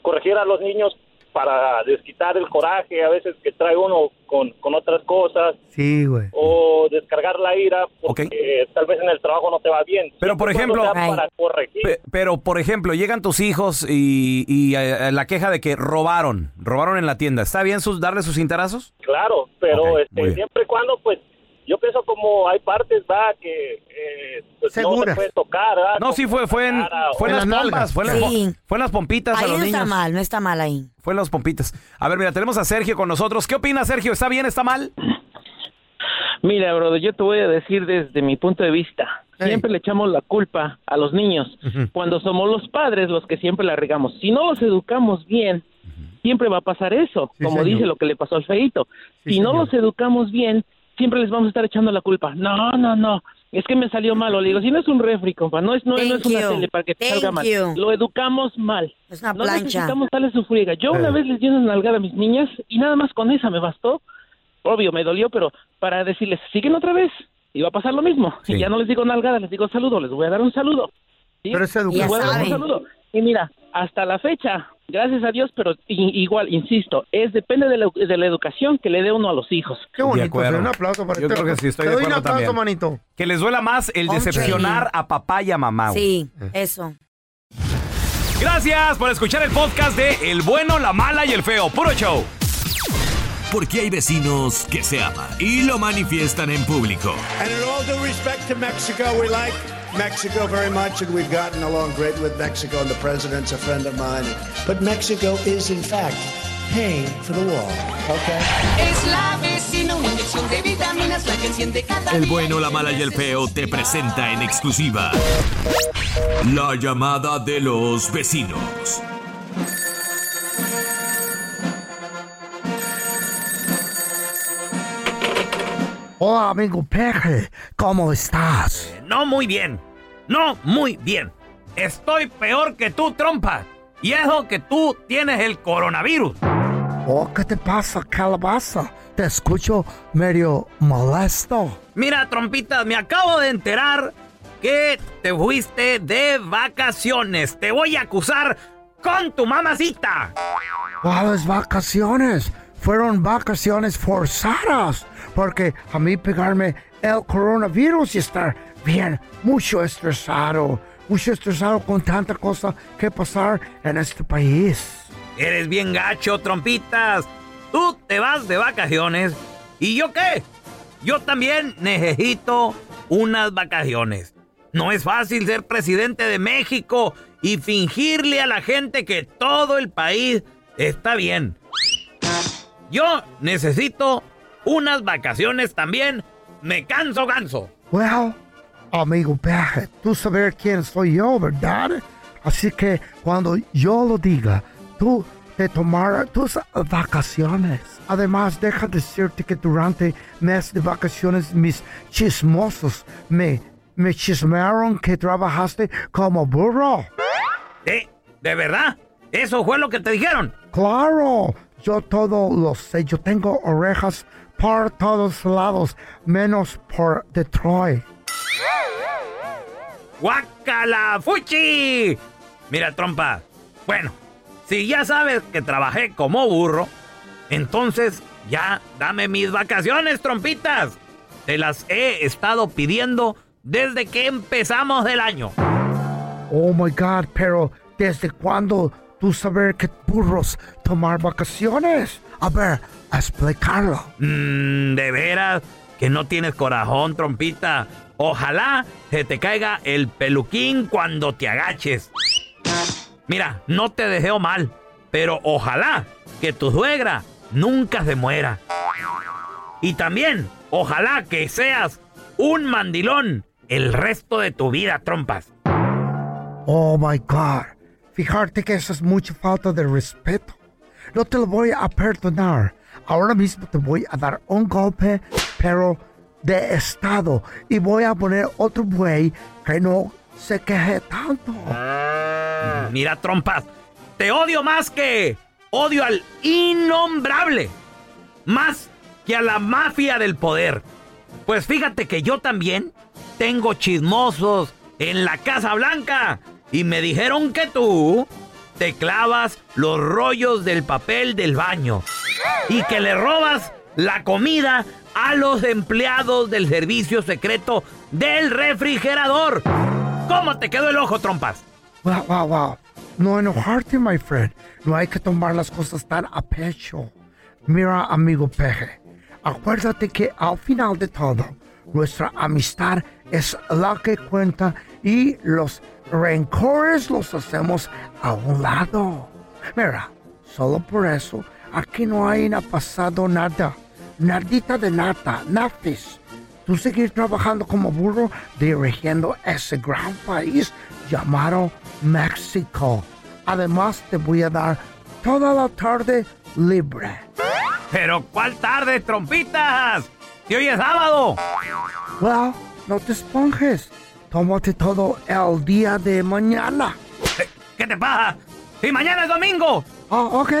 corregir a los niños para desquitar el coraje a veces que trae uno con, con otras cosas
Sí, güey.
o descargar la ira porque eh, tal vez en el trabajo no te va bien.
Pero, por
Siempre y cuando
ejemplo-
sea para corregir.
Pe- pero, por ejemplo, llegan tus hijos y, y, eh, la queja de que robaron, robaron en la tienda. ¿Está bien sus, darle sus cintarazos?
Claro, pero
Ok,
este,
muy bien.
siempre y cuando, pues, yo pienso como hay partes, va, que eh, pues, no se
Seguras.
puede tocar, ¿va?
No,
Como
sí, fue, fue en,
cara o-
fue en las pompas, fue en, las,
Sí.
pom- fue en las pompitas a
Ahí
los
no está
niños.
mal, no está mal ahí.
Fue en las pompitas. A ver, mira, tenemos a Sergio con nosotros. ¿Qué opinas, Sergio? ¿Está bien, está mal?
Mira, brother, yo te voy a decir desde mi punto de vista. Siempre le echamos la culpa a los niños cuando somos los padres los que siempre la regamos. Si no los educamos bien,
siempre va a pasar eso, como
señor.
dice lo que le pasó al feito. si no los educamos bien, siempre les vamos a estar echando la culpa. No, no, no. Es que me salió malo. Le digo, si no es un refri, compa, no es, no, no es
Thank
una
you.
tele para que te
Thank
salga mal.
you.
Lo educamos mal.
Es una
no
plancha.
necesitamos darle su friega. Yo una vez les di una nalgada a mis niñas y nada más con esa me bastó. Obvio, me dolió, pero para decirles, siguen otra vez y va a pasar lo mismo. Y ya no les digo nalgada, les digo saludo, les voy a dar un saludo. ¿sí?
Pero es educación.
Les voy a dar
Ya
un
saben.
saludo. Y mira, hasta la fecha, gracias a Dios, pero i- igual, insisto, es depende de la, de la educación que le dé uno a los hijos.
Qué bonito, señor. Un aplauso para
Yo
este
creo que
vato.
sí, estoy
Te
de
doy un
acuerdo
aplauso,
también.
manito.
Que les duela más el
Home training.
decepcionar a papá y a mamá. güey.
Sí, eso.
Gracias por escuchar el podcast de El bueno, la mala y el feo. Puro show.
Porque hay vecinos que se aman y lo manifiestan en público.
And in all due respect to Mexico, we like Mexico very much, and we've gotten along great with Mexico, and the president's a friend of mine. But Mexico is, in fact, paying for the wall, okay?
Es la vecina, una inyección de vitaminas, la que enciende cada
El bueno, la mala y el feo te presenta en exclusiva la llamada de los vecinos.
Oh,
Hola, amigo Peje. ¿Cómo estás?
No muy bien. No muy bien. Estoy peor que tú, trompa. Y eso que tú tienes el coronavirus.
Oh, ¿qué te pasa, calabaza? Te escucho medio molesto.
Mira, trompita, me acabo de enterar que te fuiste de vacaciones. Te voy a acusar con tu mamacita.
¿Cuáles vacaciones? Fueron vacaciones forzadas. Porque a mí pegarme el coronavirus y estar bien, mucho estresado. Mucho estresado con tanta cosa que pasar en este país.
Eres bien gacho, trompitas. Tú te vas de vacaciones. ¿Y yo qué? Yo también necesito unas vacaciones. No es fácil ser presidente de México y fingirle a la gente que todo el país está bien. Yo necesito unas vacaciones también. Me canso ganso.
Well, amigo Peje, tú saber quién soy yo, ¿verdad? Así que cuando yo lo diga, tú te tomarás tus vacaciones. Además, deja decirte que durante mes de vacaciones mis chismosos me, me chismearon que trabajaste como burro.
¿Eh? ¿De verdad? ¿Eso fue lo que te dijeron?
Claro, yo todo lo sé, yo tengo orejas por todos lados, menos por Detroit.
¡Guácala, fuchi! Mira, trompa. Bueno, si ya sabes que trabajé como burro, entonces ya dame mis vacaciones, trompitas. Te las he estado pidiendo desde que empezamos el año.
Oh my God, pero ¿desde cuándo tú saber que burros tomar vacaciones? A ver, explicarlo.
Mm, de veras que no tienes corazón, trompita. Ojalá se te caiga el peluquín cuando te agaches. Mira, no te deseo mal, pero ojalá que tu suegra nunca se muera. Y también, ojalá que seas un mandilón el resto de tu vida, trompas.
Oh my God, fijarte que eso es mucha falta de respeto. No te lo voy a perdonar. Ahora mismo te voy a dar un golpe, pero de estado. Y voy a poner otro buey que no se queje tanto.
Ah. Mira, trompas, te odio más que odio al innombrable, más que a la mafia del poder. Pues fíjate que yo también tengo chismosos en la Casa Blanca y me dijeron que tú te clavas los rollos del papel del baño y que le robas la comida a los empleados del servicio secreto del refrigerador. ¿Cómo te quedó el ojo, trompas?
Wow, wow, wow. No enojarte, my friend. No hay que tomar las cosas tan a pecho. Mira, amigo Peje, acuérdate que al final de todo, nuestra amistad es la que cuenta y los rencores los hacemos a un lado. Mira, solo por eso, aquí no hay na- pasado nada. Nadita de nada, nafis. Tú seguir trabajando como burro dirigiendo ese gran país llamado México. Además, te voy a dar
toda la tarde libre.
Pero ¿cuál tarde, trompitas? Y hoy es sábado.
Well, no te esponjes. Tómate todo el día de mañana.
Eh, ¿Qué te pasa? ¡Y mañana es domingo!
Ah, ok.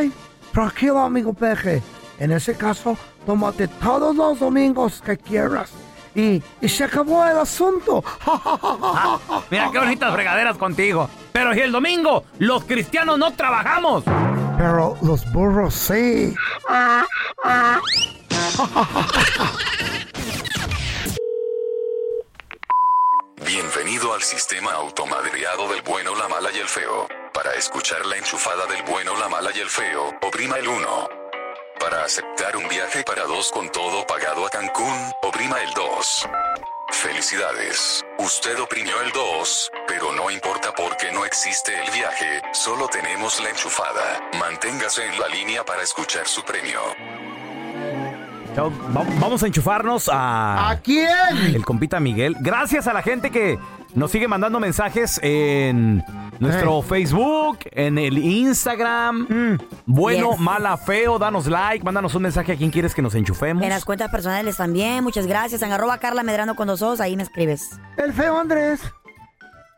Tranquilo, amigo peje. En ese caso, tómate todos los domingos que quieras. Y, y se acabó el asunto.
Ah, Mira qué bonitas fregaderas contigo. Pero si el domingo los cristianos no trabajamos.
Pero los burros sí.
Bienvenido al sistema automadreado del bueno, la mala y el feo. Para escuchar la enchufada del bueno, la mala y el feo, oprima el 1. Para aceptar un viaje para dos con todo pagado a Cancún, oprima el 2. Felicidades, usted oprimió el 2, pero no importa porque no existe el viaje, solo tenemos la enchufada. Manténgase en la línea para escuchar su premio.
Chao, va- Vamos a enchufarnos a...
¿A quién?
El compita Miguel. Gracias a la gente que nos sigue mandando mensajes en nuestro Facebook, en el Instagram. Bueno,
Yes.
mala, feo, danos like, mándanos un mensaje a quien quieres que nos enchufemos.
En las cuentas personales también, muchas gracias. En arroba Carla Medrano con dos ojos, ahí me escribes.
El feo Andrés.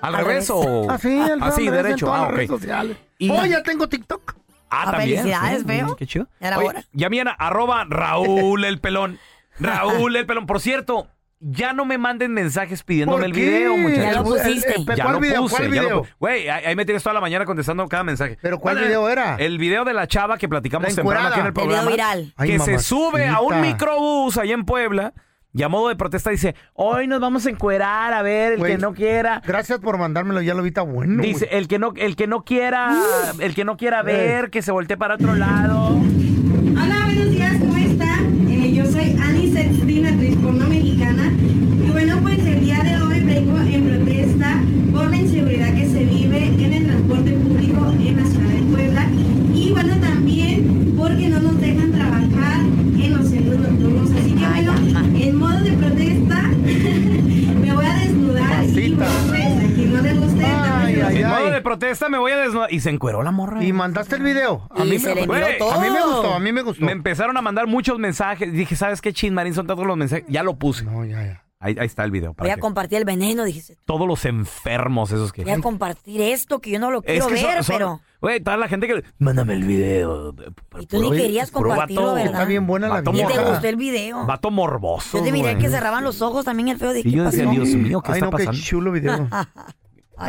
¿Al, revés, o...?
Así, el feo
Así,
Andrés en
derecho.
todas
Ah,
las
ok.
redes sociales.
Y-
Oh, ya tengo TikTok.
Ah,
Ah,
también.
felicidades,
sí,
feo.
mira, Qué chido.
Era
Oye,
hora.
ya miren, arroba Raúl el pelón. Raúl el pelón. Por cierto, ya no me manden mensajes pidiéndome
¿Por
el
qué?
video, muchachos.
Ya lo pusiste. Eh, eh,
Ya
¿cuál
lo
video?
puse,
¿Cuál
ya lo
video?
pu- Güey, ahí ahí me tienes toda la mañana contestando cada mensaje. ¿Pero
cuál video era?
El video de la chava que platicamos
La
temprano aquí en
encuerada.
el
El
programa.
video viral. Ay,
Que se
mamacita.
sube a un microbús allá en Puebla. Y a modo de protesta dice, hoy nos vamos a encuerar, a ver, el
Güey,
que no quiera.
Gracias por mandármelo, ya lo vi, está bueno. Mm.
Dice, el que no, el que no quiera, Ah, el que no
Eh.
quiera ver, que se voltee para otro lado.
Hola, buenos días, ¿cómo están? Eh, yo soy Ani Sextin, actriz porno mexicana. Y bueno, pues el día de hoy vengo en protesta por la inseguridad que se vive en el transporte público en la ciudad de Puebla. Y bueno, también porque no nos dejan trabajar en los centros nocturnos. Así que bueno, en modo de protesta, me voy a desnudar. Y bueno, pues a quien no le guste, también se lo-
en modo de protesta me voy a desnudar. Y se encueró la morra.
Y mandaste el video. A mí, me, Güey, a mí me gustó, a mí me gustó.
Me empezaron a mandar muchos mensajes. Dije, ¿sabes qué, Chismarín? Son tantos los mensajes. Ya lo puse. No,
ya, ya.
Ahí, ahí está el video.
Voy
para
a
que-
compartir el veneno, dijiste.
Todos los enfermos esos que...
Voy a compartir esto que yo no lo
Es
quiero
que son-
ver,
son-
pero.
Güey, toda la gente que... Mándame el video.
Y tú ni querías compartirlo, ¿verdad? Está bien
buena
la
Y te gustó el video.
Vato morboso,
Yo te miré
güey.
que cerraban los ojos también el feo de
Sí, yo decía, Dios mío, ¿qué
Ay,
está
no, qué
pasando?
chulo video.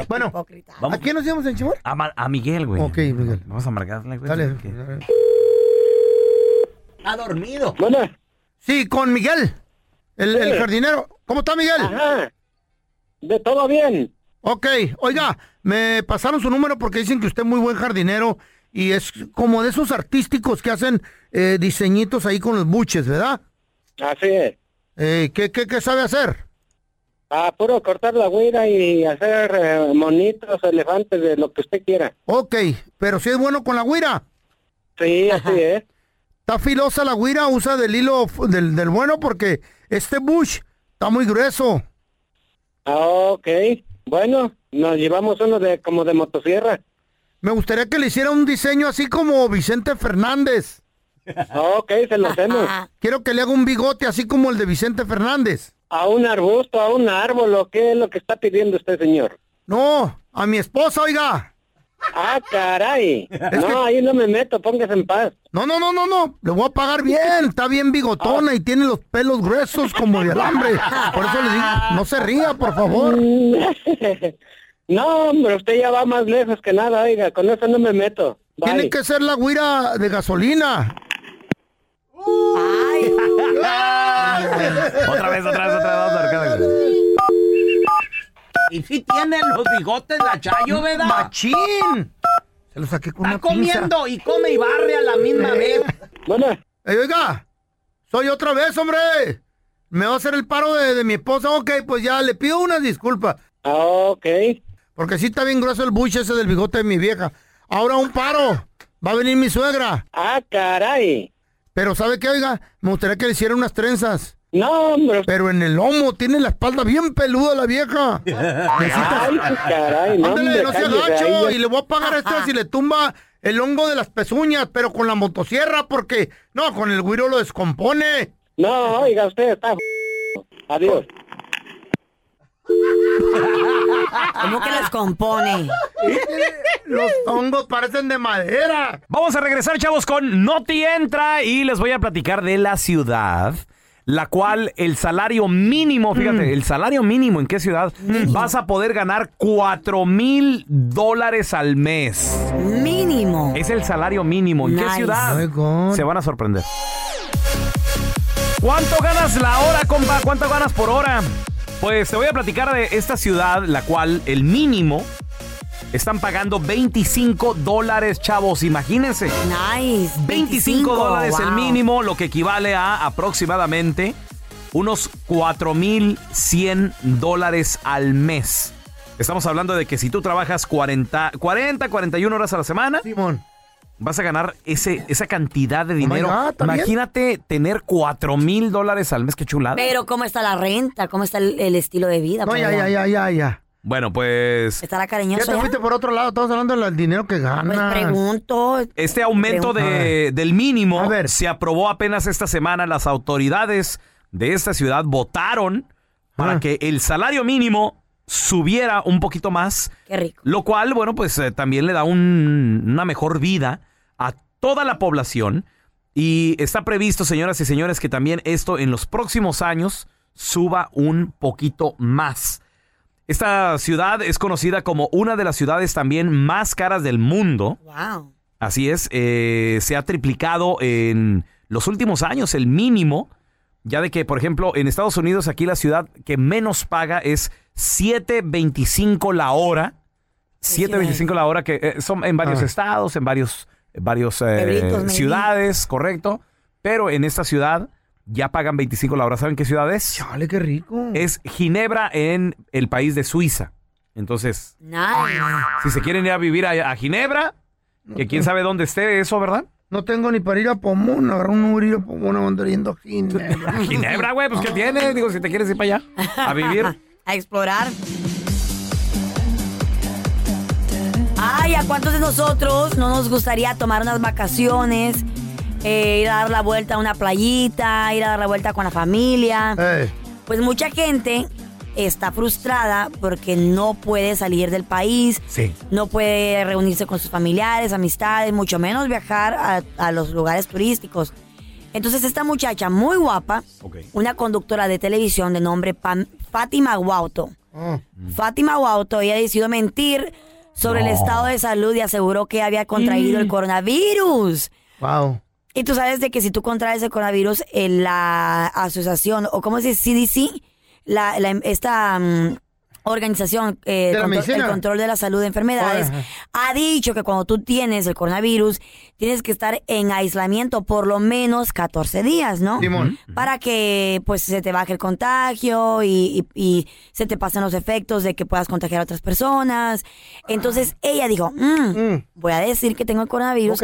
bueno,
Vamos-
¿a quién nos íbamos a enchivar?
A, Ma- a Miguel, güey. Ok, Miguel. Vamos a marcarle, güey.
Dale.
que-
Ha dormido.
Sí, con Miguel, el, el
Sí.
jardinero. ¿Cómo está, Miguel? De todo bien. Ok, oiga, me pasaron su número porque dicen que usted es muy buen jardinero y es como de esos artísticos que hacen eh, diseñitos ahí con los buches, ¿verdad?
Así es.
Eh, ¿qué, qué, qué sabe hacer?
Ah, puro cortar la güira y hacer eh, monitos, elefantes, de lo que usted quiera.
Ok, pero si es bueno con la güira.
Sí, así es.
Está filosa la güira, usa del hilo f- del, del bueno porque este bush está muy grueso.
Ah, ok. Bueno, nos llevamos uno de como de motosierra.
Me gustaría que le hiciera un diseño así como Vicente Fernández.
Ah, Ok, se lo hacemos.
Quiero que le haga un bigote así como el de Vicente Fernández.
A un arbusto, a un árbol, ¿o qué es lo que está pidiendo usted, señor?
No, a mi esposa, oiga.
Ah, caray. no, ahí no me meto, póngase en paz.
No, no, no, no, no. Le voy a pagar bien. Está bien bigotona y tiene los pelos gruesos como de alambre. Por eso le digo, no se ría, por favor.
No, hombre, usted ya va más lejos que nada, oiga, con eso no me meto. Bye.
Tiene que ser la güira de gasolina.
otra vez, otra vez, otra vez. Vamos a marcarle, güey.
Y si tienen los bigotes la chayo, ¿verdad?
¡Machín! Se lo saqué con
Está
una pinza.
comiendo y come y barre a la misma vez.
Bueno.
Eh, oiga, soy otra vez, hombre. Me va a hacer el paro de, de mi esposa. Ok, pues ya le pido una disculpa.
Ah, Ok.
Porque sí está bien grueso el buche ese del bigote de mi vieja. Ahora un paro. Va a venir mi suegra.
Ah, caray.
Pero ¿sabe qué, oiga? Me gustaría que le hiciera unas trenzas.
No, hombre.
Pero en el lomo tiene la espalda bien peluda la vieja.
Ay, caray, no,
Ándale,
hombre,
no sea
cállese,
gacho
ahí ya-
y le voy a pagar esto este si le tumba el hongo de las pezuñas, pero con la motosierra, porque no, con el güiro lo descompone.
No, oiga, usted está. Adiós.
¿Cómo que los compone?
Los hongos parecen de madera.
Vamos a regresar, chavos, con Noti Entra y les voy a platicar de la ciudad, la cual el salario mínimo, fíjate, el salario mínimo en qué ciudad vas a poder ganar cuatro mil dólares al mes.
Mínimo.
Es el salario mínimo. ¿En qué
Nice.
ciudad? Se van a sorprender. ¿Cuánto ganas la hora, compa? ¿Cuánto ganas por hora? Pues te voy a platicar de esta ciudad, la cual el mínimo están pagando 25 dólares, chavos. Imagínense.
Nice.
25, dólares el
wow.
mínimo, lo que equivale a aproximadamente unos 4,100 dólares al mes. Estamos hablando de que si tú trabajas 40, 40 41 horas a la semana, vas a ganar ese, esa cantidad de dinero.
Oh God, ¿también?
Imagínate tener 4,000 dólares al mes, qué chulada.
Pero ¿cómo está la renta? ¿Cómo está el, el estilo de vida?
No, ya,
Pero
ya, ya, ya, ya.
Bueno, pues
¿Estará
Ya
cariñoso ¿eh?
te
ya?
fuiste por otro lado, estamos hablando del dinero que ganas.
pregunto.
Este aumento
A
de, del mínimo se aprobó apenas esta semana. Las autoridades de esta ciudad votaron para que el salario mínimo subiera un poquito más.
Qué rico.
Lo cual, bueno, pues eh, también le da un- una mejor vida a toda la población. Y está previsto, señoras y señores, que también esto en los próximos años suba un poquito más. Esta ciudad es conocida como una de las ciudades también más caras del mundo.
Wow.
Así es, eh, se ha triplicado en los últimos años el mínimo, ya de que, por ejemplo, en Estados Unidos aquí la ciudad que menos paga es 7.25 la hora. 7.25 la hora que eh, son en varios
Ah.
estados, en varios, varios eh,
Pueblitos, maybe.
ciudades, correcto. Pero en esta ciudad ya pagan 25 la hora. ¿Saben qué ciudad es? Chale, qué rico. Es Ginebra en el país de Suiza. Entonces,
Nice.
si se quieren ir a vivir a, a Ginebra, que quién sabe dónde esté eso, ¿verdad?
No tengo ni para ir a Pomón, agarrar un murillo a Pomón andando yendo a Ginebra.
Ginebra, güey, pues ¿qué tiene? Digo, si te quieres ir para allá a vivir.
A explorar. Ay, ¿a cuántos de nosotros no nos gustaría tomar unas vacaciones? eh, ir a dar la vuelta a una playita, ir a dar la vuelta con la familia. Pues mucha gente está frustrada porque no puede salir del país.
Sí.
No puede reunirse con sus familiares, amistades, mucho menos viajar a, a los lugares turísticos. Entonces esta muchacha muy guapa, una conductora de televisión de nombre Pam- Fátima Guauto. Fátima Guauto ella decidió mentir sobre
No. Mm.
el estado de salud y aseguró que había contraído el coronavirus.
Wow.
Y tú sabes de que si tú contraes el coronavirus, eh, la asociación, o cómo se dice, CDC, la, la- esta mm, organización, eh,
De la
contro-
medicina.
el control de la salud de enfermedades,
Ajá.
ha dicho que cuando tú tienes el coronavirus, tienes que estar en aislamiento por lo menos 14 días, ¿no?
Simón.
Para que pues se te baje el contagio y, y- y se te pasen los efectos de que puedas contagiar a otras personas. Entonces ella dijo, "Mm, voy a decir que tengo el coronavirus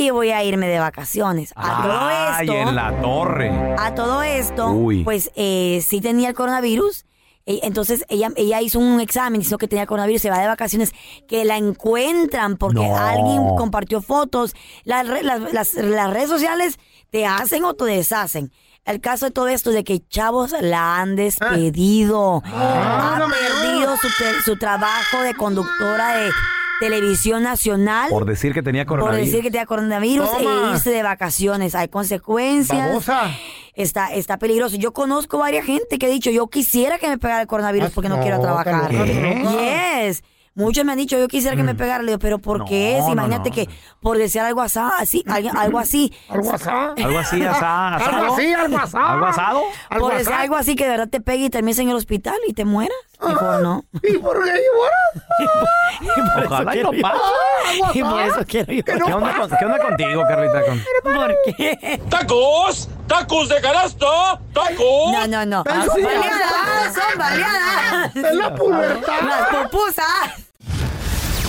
y voy a irme de vacaciones.
Ah.
A todo
Ay, en la torre.
a todo esto,
Uy.
pues eh, sí tenía el coronavirus. E- Entonces ella, ella hizo un examen, hizo que tenía coronavirus, se va de vacaciones, que la encuentran porque
No.
alguien compartió fotos. Las, re- las- las- las redes sociales te hacen o te deshacen. El caso de todo esto es de que chavos la han despedido. ha perdido su, te- su trabajo de conductora de televisión nacional.
Por decir que tenía
Por
coronavirus.
decir que tenía coronavirus
Toma.
e irse de vacaciones. Hay consecuencias.
Babosa.
Está, está peligroso. Yo conozco varias gente que ha dicho, yo quisiera que me pegara el coronavirus porque no,
no,
quiero trabajar.
está loca.
Yes. Muchos me han dicho, yo quisiera que me pegara. Le digo, pero ¿por qué?
No,
Si
no,
imagínate
no.
que por desear algo asá, así, alguien- algo así.
¿Algo asá?
Algo así, asá, asado.
Algo así, algo asá.
¿Algo asado?
Por desear algo así que de verdad te pegue y termines en el hospital y te mueras. Mejor no.
¿Y por qué?
Ojalá
por eso
y no
quiero ir.
pase.
Ah, Y por eso quiero ir.
¿Qué onda, con- qué onda contigo, Carlita? Con-
¿Por qué?
¡Tacos! ¡Tacos de canasta! ¡Tacos!
No, no, no.
Ah, sí.
Son baleadas, son baleadas.
Es la pubertad.
Las pupusas.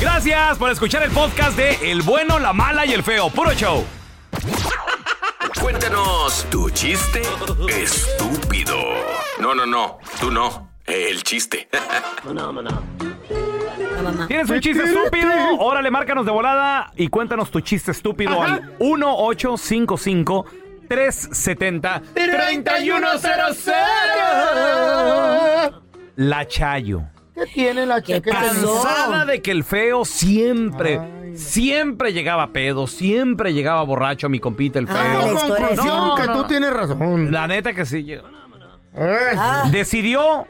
Gracias por escuchar el podcast de El Bueno, la Mala y el Feo. Puro show.
Cuéntanos tu chiste estúpido. No, no, no. Tú no. El chiste.
la mamá.
¿Tienes un chiste estúpido? Órale, márcanos de volada y cuéntanos tu chiste estúpido al 1855 370
3100.
La Chayo.
¿Qué tiene la cheque?
Cansada de que el feo siempre, siempre llegaba pedo, siempre llegaba borracho mi compita el
Ah,
feo.
conclusión
No,
que
no,
tú
no.
tienes razón.
La neta que sí. yo-
Ah.
Decidió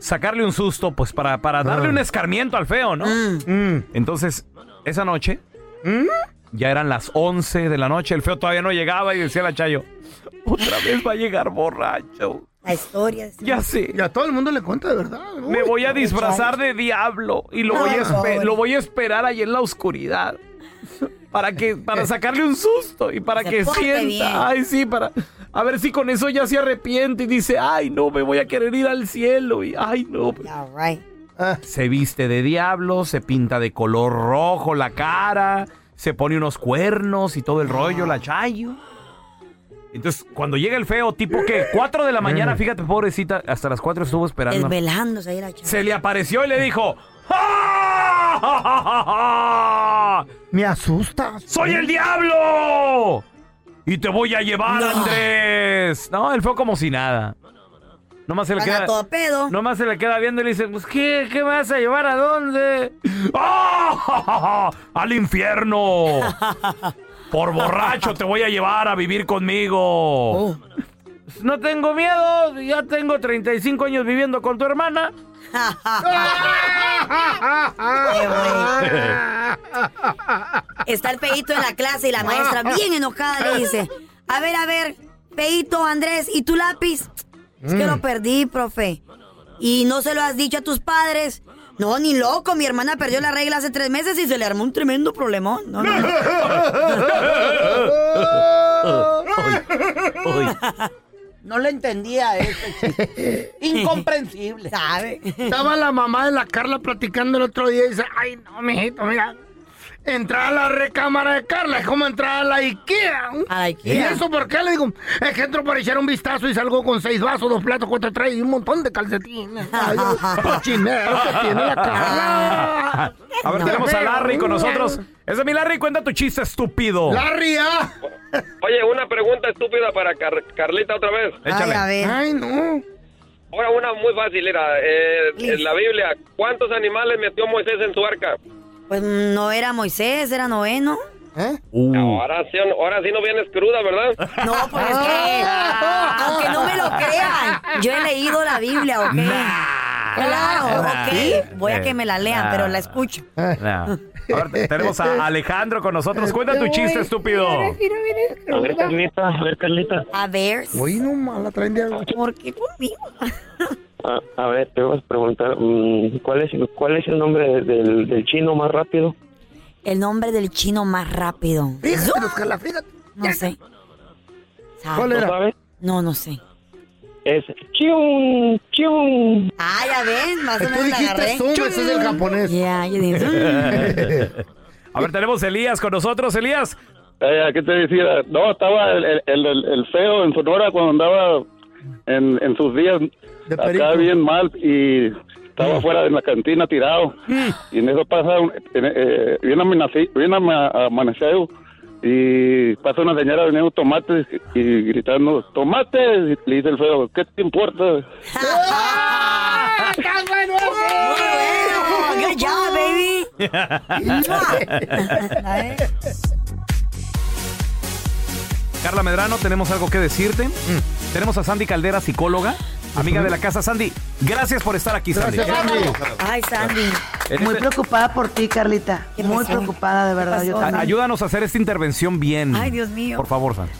sacarle un susto, pues para, para darle
Ah.
un escarmiento al feo, ¿no?
Mm.
Entonces, esa noche, ya eran las 11 de la noche, el feo todavía no llegaba y decía la Chayo, otra vez va a llegar borracho.
La historia.
Ya sé.
Y a todo el mundo le cuenta de verdad.
Me voy a disfrazar de diablo y lo,
No,
voy, a espe-
pobre.
lo voy a esperar ahí en la oscuridad. Para que, para sacarle un susto y para
Se
que
porte
sienta.
bien.
Ay, sí, para. A ver si con eso ya se arrepiente y dice, ay no, me voy a querer ir al cielo. Y ay no.
Ah.
Se viste de diablo, se pinta de color rojo la cara, se pone unos cuernos y todo el rollo, la chayo. Entonces, cuando llega el feo, tipo que 4 de la
Mm.
mañana, fíjate, pobrecita, hasta las 4 estuvo esperando.
Desvelándose ahí la chica.
Se le apareció y le dijo: ¡Ah! ¡Ja, ja, ja, ja!
Me asusta.
¡Soy el diablo! Y te voy a llevar, Andrés. No, él fue como si nada. Nomás se le
Anda
queda.
todo pedo.
Nomás se le queda viendo y le dice, pues qué, qué me vas a llevar a dónde? ¡Ah, ja, ja, ja! ¡Al infierno! Por borracho te voy a llevar a vivir conmigo.
Oh.
No tengo miedo, ya tengo 35 años viviendo con tu hermana.
Está el peito en la clase y la maestra bien enojada le dice, a ver, a ver, peito, Andrés, ¿y tu lápiz? Es que
Mm.
lo perdí, profe. ¿Y no se lo has dicho a tus padres? No, ni loco, mi hermana perdió la regla hace tres meses y se le armó un tremendo problemón. No, no, no.
No le entendía eso. chiste. Incomprensible.
¿Sabe?
Estaba la mamá de la Carla platicando el otro día y dice, ay no, mijito, mira. Entrar a la recámara de Carla es como entrar a la IKEA. ¿Y
IKEA.
eso por qué? Le digo, es que entro para echar un vistazo y salgo con seis vasos, dos platos, cuatro trajes y un montón de calcetines. Ay, cochinero que tiene la
Ah,
Carla.
A ver,
No.
tenemos a Larry con nosotros. Ese es mi Larry, cuenta tu chiste estúpido.
Larry, ah.
Oye, una pregunta estúpida para Car- Carlita otra vez.
Échale.
Ay, no.
Ahora una muy fácil, era eh, en la Biblia. ¿Cuántos animales metió Moisés en su arca?
Pues no era Moisés, era noveno.
¿Eh?
Ahora, sí, ahora sí no vienes cruda, ¿verdad?
No, pues es que, aunque no me lo
Ah.
crean, yo he leído la Biblia, ¿ok?
Nah.
Claro, ok. Voy a que me la lean,
Nah.
pero la escucho.
No. A ver, te- tenemos a Alejandro con nosotros. Cuenta tu chiste estúpido.
A
ver,
Carlita, a ver, Carlita.
A ver.
Oye, no mala traen de
¿Por qué conmigo?
A, a ver, te vas a preguntar, mm, ¿cuál es, cuál es el nombre de- del, del chino más rápido?
El nombre del chino más rápido. No sé. ¿Sabe?
¿Cuál era? ¿No sabes?
No, no sé.
Es chiun, chiun.
Ah, ya ven, más
Tú
o menos la
dijiste
agarré.
zoom, ese es el japonés.
Ya, yo dije, "Mm".
A ver, tenemos a Elías con nosotros. Elías,
Eh, ¿Qué te decía? No, estaba el, el, el- el feo en Sonora cuando andaba en, en sus días acá
perico.
bien mal y estaba fuera de la cantina tirado. Y en eso pasa, un- en- eh, bien, amenaci- bien ama- amanecido y pasa una señora vendiendo tomates y gritando, tomates, y le dice el feo, ¿qué te importa?
Ah, bueno! ¡Good job, baby!
Carla Medrano, tenemos algo que decirte.
Mm.
Tenemos a Sandy Caldera, psicóloga, amiga de la casa. Sandy, gracias por estar aquí, Sandy.
Ay, Sandy.
En
Muy
este-
preocupada por ti, Carlita. Muy
pasó?
preocupada, de verdad. Yo
A-
también.
Ayúdanos a hacer esta intervención bien.
Ay, Dios mío.
Por favor, Sandy.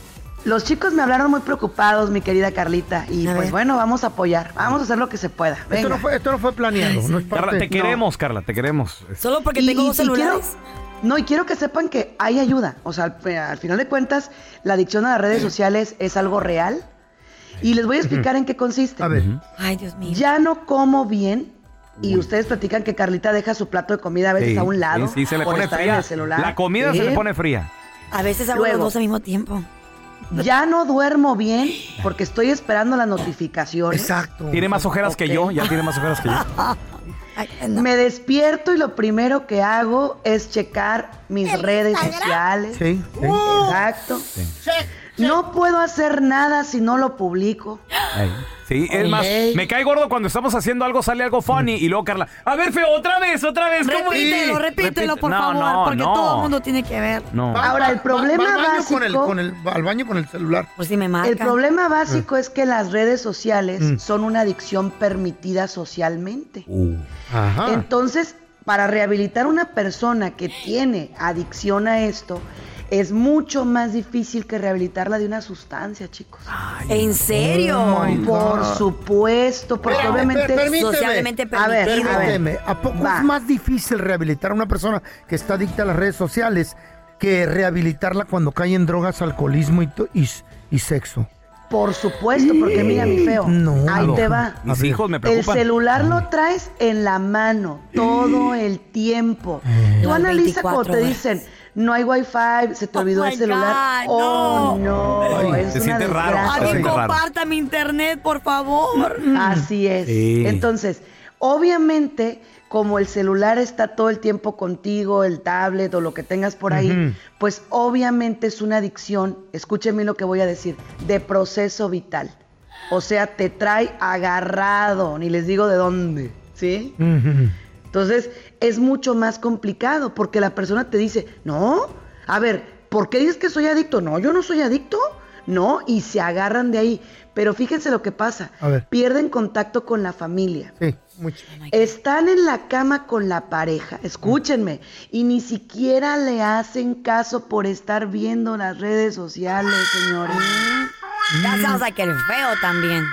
Los chicos me hablaron muy preocupados, mi querida Carlita. Y pues bueno, vamos a apoyar. Vamos a hacer lo que se pueda.
Esto
Venga.
no fue, esto no fue planeado. no es
Carla,
parte-
te queremos, Carla, te queremos.
Solo porque
Y-
tengo
y-
dos
y quiero-
celulares.
no, y quiero que sepan que hay ayuda. O sea, al, al final de cuentas, la adicción a las redes sociales es algo real. Y les voy a explicar en qué consiste. A ver.
Ay, Dios mío.
Ya no como bien. Y ustedes platican que Carlita deja su plato de comida a veces
Sí,
a un lado.
sí, sí, se le
por
pone
estar
fría.
en el celular.
La comida se le
Sí.
pone fría.
A veces hago los
Luego.
dos al mismo tiempo.
Ya no duermo bien porque estoy esperando las notificaciones. Exacto.
Tiene más ojeras que yo, ya tiene más ojeras que yo.
Me despierto y lo primero que hago es checar mis redes sociales.
Sí, sí.
Exacto. No puedo hacer nada si no lo publico.
Sí, es más, me cae gordo cuando estamos haciendo algo, sale algo funny y luego Carla, a ver, feo, otra vez, otra vez, ¿cómo
Repítelo,
Sí.
repítelo,
Repite-
por
No,
favor,
no,
porque
no.
todo el mundo tiene que ver. Oh
No.
Ahora, el problema
al baño
básico-
Con el, con el, al baño con el celular.
Pues si me marca.
El problema básico es que las redes sociales
Mm.
son una adicción permitida socialmente.
Ajá.
Entonces, para rehabilitar una persona que tiene adicción a esto, es mucho más difícil que rehabilitarla de una sustancia, chicos.
¿En serio?
Oh my Por
God.
supuesto, porque
Espérame,
obviamente
per- permíteme. Socialmente
A ver, a ver.
Permíteme, ¿a poco es más difícil rehabilitar a una persona que está adicta a las redes sociales que rehabilitarla cuando cae en drogas, alcoholismo y, to- y, y sexo?
Por supuesto, porque mira mi feo.
No.
ahí te va.
Mis hijos me
El
preocupan.
celular lo traes en la mano todo el tiempo. Tú
Eh. Las
analiza
24
cuando te
horas. Oh
dicen, no hay wifi, se te olvidó
my
el celular.
God,
oh, no.
Ay,
es
se
una
siente raro,
desgracia.
se siente
Alguien
raro.
comparta mi internet, por favor.
Así es.
Sí.
Entonces, obviamente, como el celular está todo el tiempo contigo, el tablet o lo que tengas por ahí,
Ujú.
pues obviamente es una adicción, escúcheme lo que voy a decir, de proceso vital. O sea, te trae agarrado, ni les digo de dónde, ¿sí? Entonces, es mucho más complicado porque la persona te dice, no, a ver, ¿por qué dices que soy adicto? No, yo no soy adicto. No, y se agarran de ahí. Pero fíjense lo que pasa.
A ver.
Pierden contacto con la familia.
Sí, mucho.
Oh
Están en la cama con la pareja, escúchenme, y ni siquiera le hacen caso por estar viendo las redes sociales, señores.
Ya sabes a que el feo también.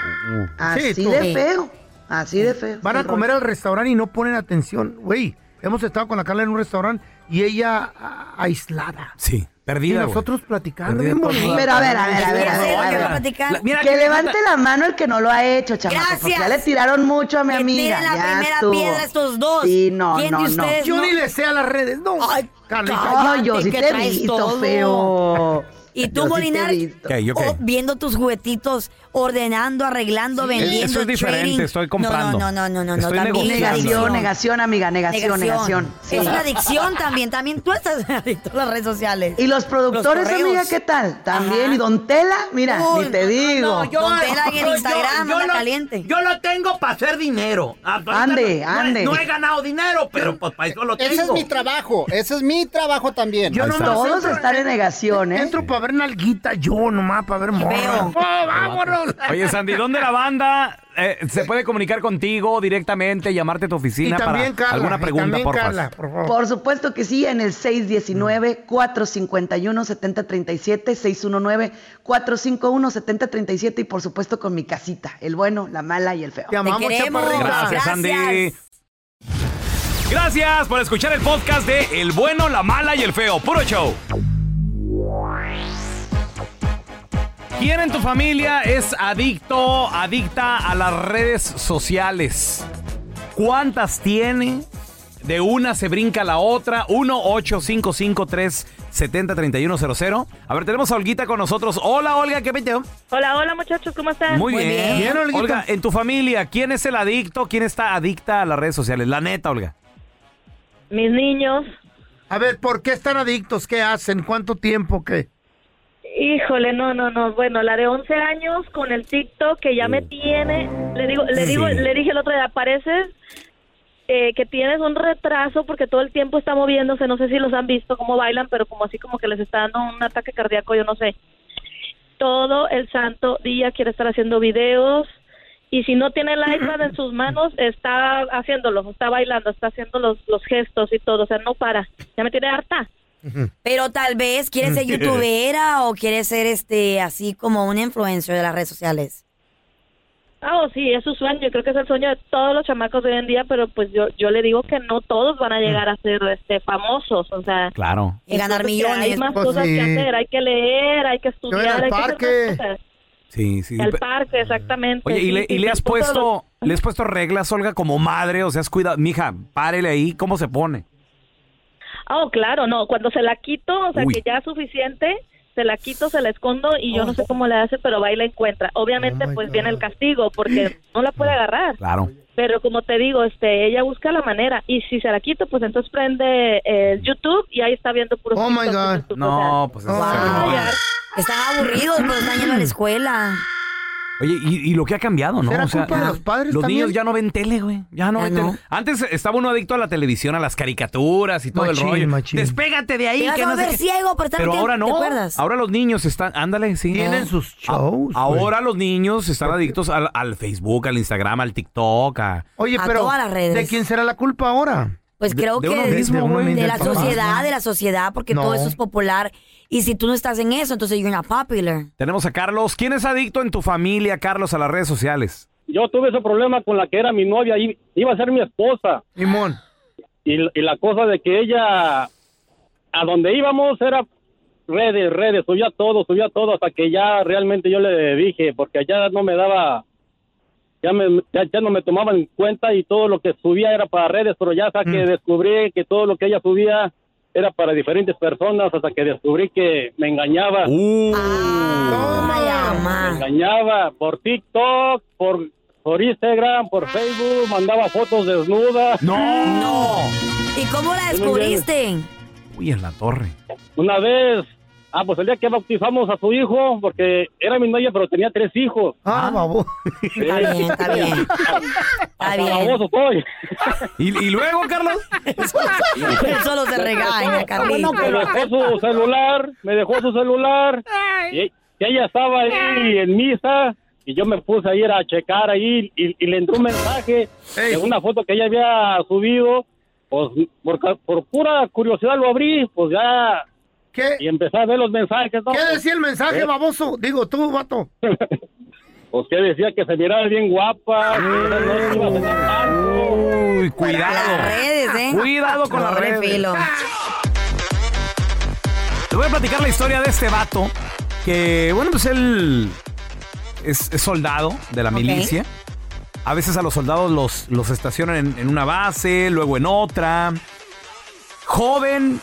Así
Sí, tú.
de feo, así de feo.
Van a comer al restaurante y no ponen atención. Güey, hemos estado con la Carla en un restaurante y ella a- aislada.
Sí,
Y
perdida, güey.
nosotros platicando.
Perdida
bien
por
bonito.
todas
Pero a ver, a ver, a ver, a ver. a ver.
platicar.
que levante la mano el que no lo ha hecho, chamaco. Porque ya le tiraron mucho a mi amiga.
tiren la
ya
primera
estuvo.
piedra estos dos.
Sí, no,
¿Quién de
no, no.
ustedes
Yo
no?
ni le sé a las redes. No, Carla,
No,
Cállate,
yo sí
que
te he
traes
visto,
todo.
feo.
Y
Yo
tú,
sí
Molinar,
te he visto.
Ok, ok.
o- viendo tus juguetitos, ordenando, arreglando, vendiendo,
Eso es diferente,
trading.
estoy comprando.
No, no, no, no, no, no
Estoy
también.
negociando.
Negación, negación, amiga, negación, negación. Sí.
Es una adicción también, también tú estás adicto a las redes sociales.
Y los productores,
Los correos.
amiga, ¿qué tal? También, y Don Tela, mira,
Uy,
ni te digo.
no, yo- Don Tela en Instagram, anda
lo,
caliente.
Yo lo tengo para hacer dinero. Hasta
Ande,
ahorita no,
ande.
No he, no he ganado dinero, pero pues para eso lo tengo.
Ese es mi trabajo, ese es mi trabajo también.
Yo nomás
Todos están en negación, ¿eh?
Entro para ver nalguita yo nomás, para ver morra.
feo.
¡Oh, vámonos!
Oye, Sandy, ¿dónde la banda eh, se puede comunicar contigo directamente, llamarte a tu oficina para alguna pregunta, por favor?
por supuesto que sí, en el
Mm.
619-451-7037, 619-451-7037 y por supuesto con mi casita, el bueno, la mala y el feo. Te
Gracias, Sandy. Gracias por escuchar el podcast de El bueno, la mala y el feo. Puro show. ¿Quién en tu familia es adicto, adicta a las redes sociales? ¿Cuántas tiene? De una se brinca la otra. 1-855-370-3100. A ver, tenemos a Olguita con nosotros. Hola, Olga, ¿qué peteo?
Hola, hola muchachos, ¿cómo están?
Muy, bien. Olga, en tu familia, ¿quién es el adicto? ¿Quién está adicta a las redes sociales? La neta, Olga.
Mis niños.
A ver, ¿por qué están adictos? ¿Qué hacen? ¿Cuánto tiempo? ¿Qué?
Híjole, no, no, no. Bueno, la de 11 años con el TikTok que ya me tiene. Le digo, le digo,
Sí.
le dije el otro día, pareces eh, que tienes un retraso porque todo el tiempo está moviéndose. No sé si los han visto cómo bailan, pero como así como que les está dando un ataque cardíaco, yo no sé. Todo el santo día quiere estar haciendo videos y si no tiene el iPad en sus manos está haciéndolo, está bailando, está haciendo los los gestos y todo. O sea, no para. Ya me tiene harta.
Pero tal vez quieres
Mm.
ser youtubera o quieres ser este así como un influencer de las redes sociales.
Ah, oh, sí, es su sueño. Yo creo que es el sueño de todos los chamacos de hoy en día, pero pues yo, yo le digo que no todos van a llegar a ser este, famosos. O sea,
Mm. Claro.
entonces
ganar
que
millones.
Hay más
Pues
cosas
sí.
que hacer, hay que leer, hay que
ir
estudiar,
al
hay que
parque.
hacer más cosas.
Sí, sí.
Al
Pe-
parque, exactamente.
Oye, ¿y
Sí,
le,
sí,
y le
sí,
has
todos
puesto,
los-
le has puesto reglas, Olga, como madre? O sea, has cuidado. Mija, párele ahí, ¿cómo se pone?
Ah, Oh, claro, no, cuando se la quito, o sea,
Uy. Oh,
que ya es suficiente, se la quito, se la escondo y yo no sé cómo le hace, pero va y la encuentra. Obviamente, pues viene el castigo porque no la puede agarrar.
Claro.
Pero como te digo, este, ella busca la manera y si se la quito, pues entonces prende eh, YouTube y ahí está viendo puros.
Oh my
Ah.
God.
TikToks en YouTube, o sea,
No, pues eso se acabó.
Están aburridos, pero están yendo a la escuela.
Oye, y, y lo que ha cambiado, ¿no?
¿Será
O sea,
culpa de los padres
Los
también?
niños ya no ven tele, güey. Ya no
Ya
ven
no.
tele. Antes estaba uno adicto a la televisión, a las caricaturas y todo
Machín,
el rollo.
machín.
Despégate de ahí.
Te vas
que
a
no sé
volver
qué.
ciego por estar
Pero
viendo-
ahora
¿Te
no.
acuerdas?
Ahora los niños están, ándale, sí.
Tienen sus shows.
Ahora los niños están adictos al, al Facebook, al Instagram, al TikTok. a-
Oye,
A
pero
todas las redes.
¿de quién será la culpa ahora?
Pues
De-
creo
de
que
uno
de,
mismo,
de
güey.
la
Del papá.
sociedad, de la sociedad, porque
No.
todo eso es popular. Y si tú no estás en eso, entonces you're not popular.
Tenemos a Carlos. ¿Quién es adicto en tu familia, Carlos, a las redes sociales?
Yo tuve ese problema con la que era mi novia, i- iba a ser mi esposa.
Simón.
Y, y la cosa de que ella, a donde íbamos era redes, redes, subía todo, subía todo, hasta que ya realmente yo le dije, porque allá no me daba, ya, me, ya, ya no me tomaban en cuenta y todo lo que subía era para redes, pero ya hasta que descubrí que todo lo que ella subía era para diferentes personas, hasta que descubrí que me engañaba. Me engañaba por TikTok, por, por Instagram, por Facebook, mandaba fotos desnudas.
¡No! ¡No!
¿Y cómo la descubriste?
Uy, en la torre.
Una vez, ah, pues el día que bautizamos a su hijo, porque era mi novia, pero tenía tres hijos.
Ah, babo.
Está bien, está bien. Está Baboso soy.
¿Y, luego, Carlos?
Él solo se regaña, Carlito.
Me dejó su celular, me dejó su celular. Y, y ella estaba ahí en misa. Y yo me puse a ir a checar ahí y, y le entró un mensaje de una foto que ella había subido. Pues por, ca- por pura curiosidad lo abrí, pues ya. Y empecé a ver los mensajes. ¿no?
¿Qué
Pues,
decía el mensaje,
eh,
baboso? Digo, tú, vato.
Pues que decía que se miraba bien guapa. que esa noche iba a cenar tanto.
Uy, cuidado.
Las redes, ¿eh?
Cuidado con las
Doble
redes.
filo.
Te voy a platicar la historia de este vato que, bueno, pues él es, es soldado de la milicia. A veces a los soldados los, los estacionan en, en una base, luego en otra. Joven.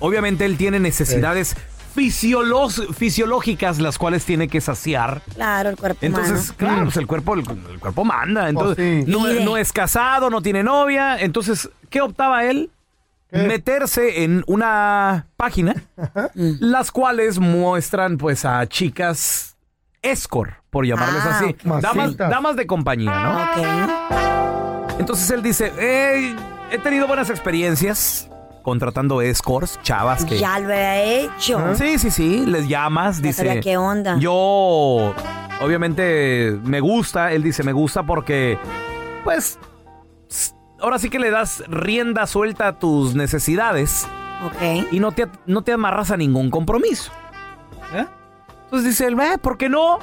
Obviamente él tiene necesidades fisiolós- fisiológicas las cuales tiene que saciar.
Claro, el cuerpo
Entonces,
humano.
claro, pues el cuerpo, el, el cuerpo manda. Entonces,
sí.
no,
Pide.
no es casado, no tiene novia. Entonces, ¿qué optaba él? Meterse en una página,
Mm.
las cuales muestran pues a chicas escort, por llamarles
Ah,
así. Damas,
macitas.
damas de compañía, ¿no? Entonces él dice, "Eh, he tenido buenas experiencias contratando escorts, chavas que...
Ya lo he hecho.
Ah,
Sí, sí, sí. Les llamas,
Ya
dice.
sabía qué onda.
Yo, obviamente, me gusta. Él dice, me gusta porque, pues, s- ahora sí que le das rienda suelta a tus necesidades.
Ok.
Y no te, no te amarras a ningún compromiso. ¿Eh? Entonces dice él, "Eh, ¿por qué no?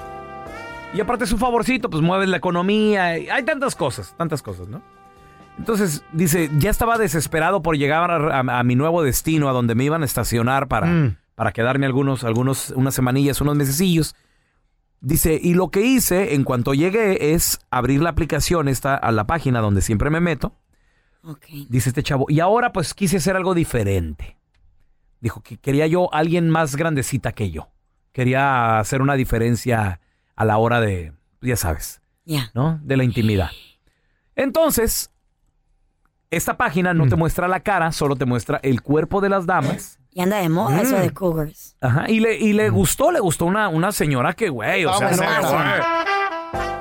Y aparte es un favorcito, pues mueves la economía. y Hay tantas cosas, tantas cosas, ¿no? Entonces dice, ya estaba desesperado por llegar a, a- a mi nuevo destino, a donde me iban a estacionar para, para quedarme algunos, algunos, unas semanillas, unos mesecillos. Dice, y lo que hice en cuanto llegué es abrir la aplicación, esta, a la página donde siempre me meto. Dice este chavo, y ahora pues quise hacer algo diferente. Dijo que quería yo alguien más grandecita que yo. Quería hacer una diferencia a la hora de, ya sabes,
Ya.
¿no? De la intimidad. Entonces, esta página
Mm.
no te muestra la cara, solo te muestra el cuerpo de las damas.
Y anda de moda eso
Mm.
de cougars.
Ajá, y le, y le gustó, le gustó una, una señora que, güey, o
Ah,
sea,
bueno,
se-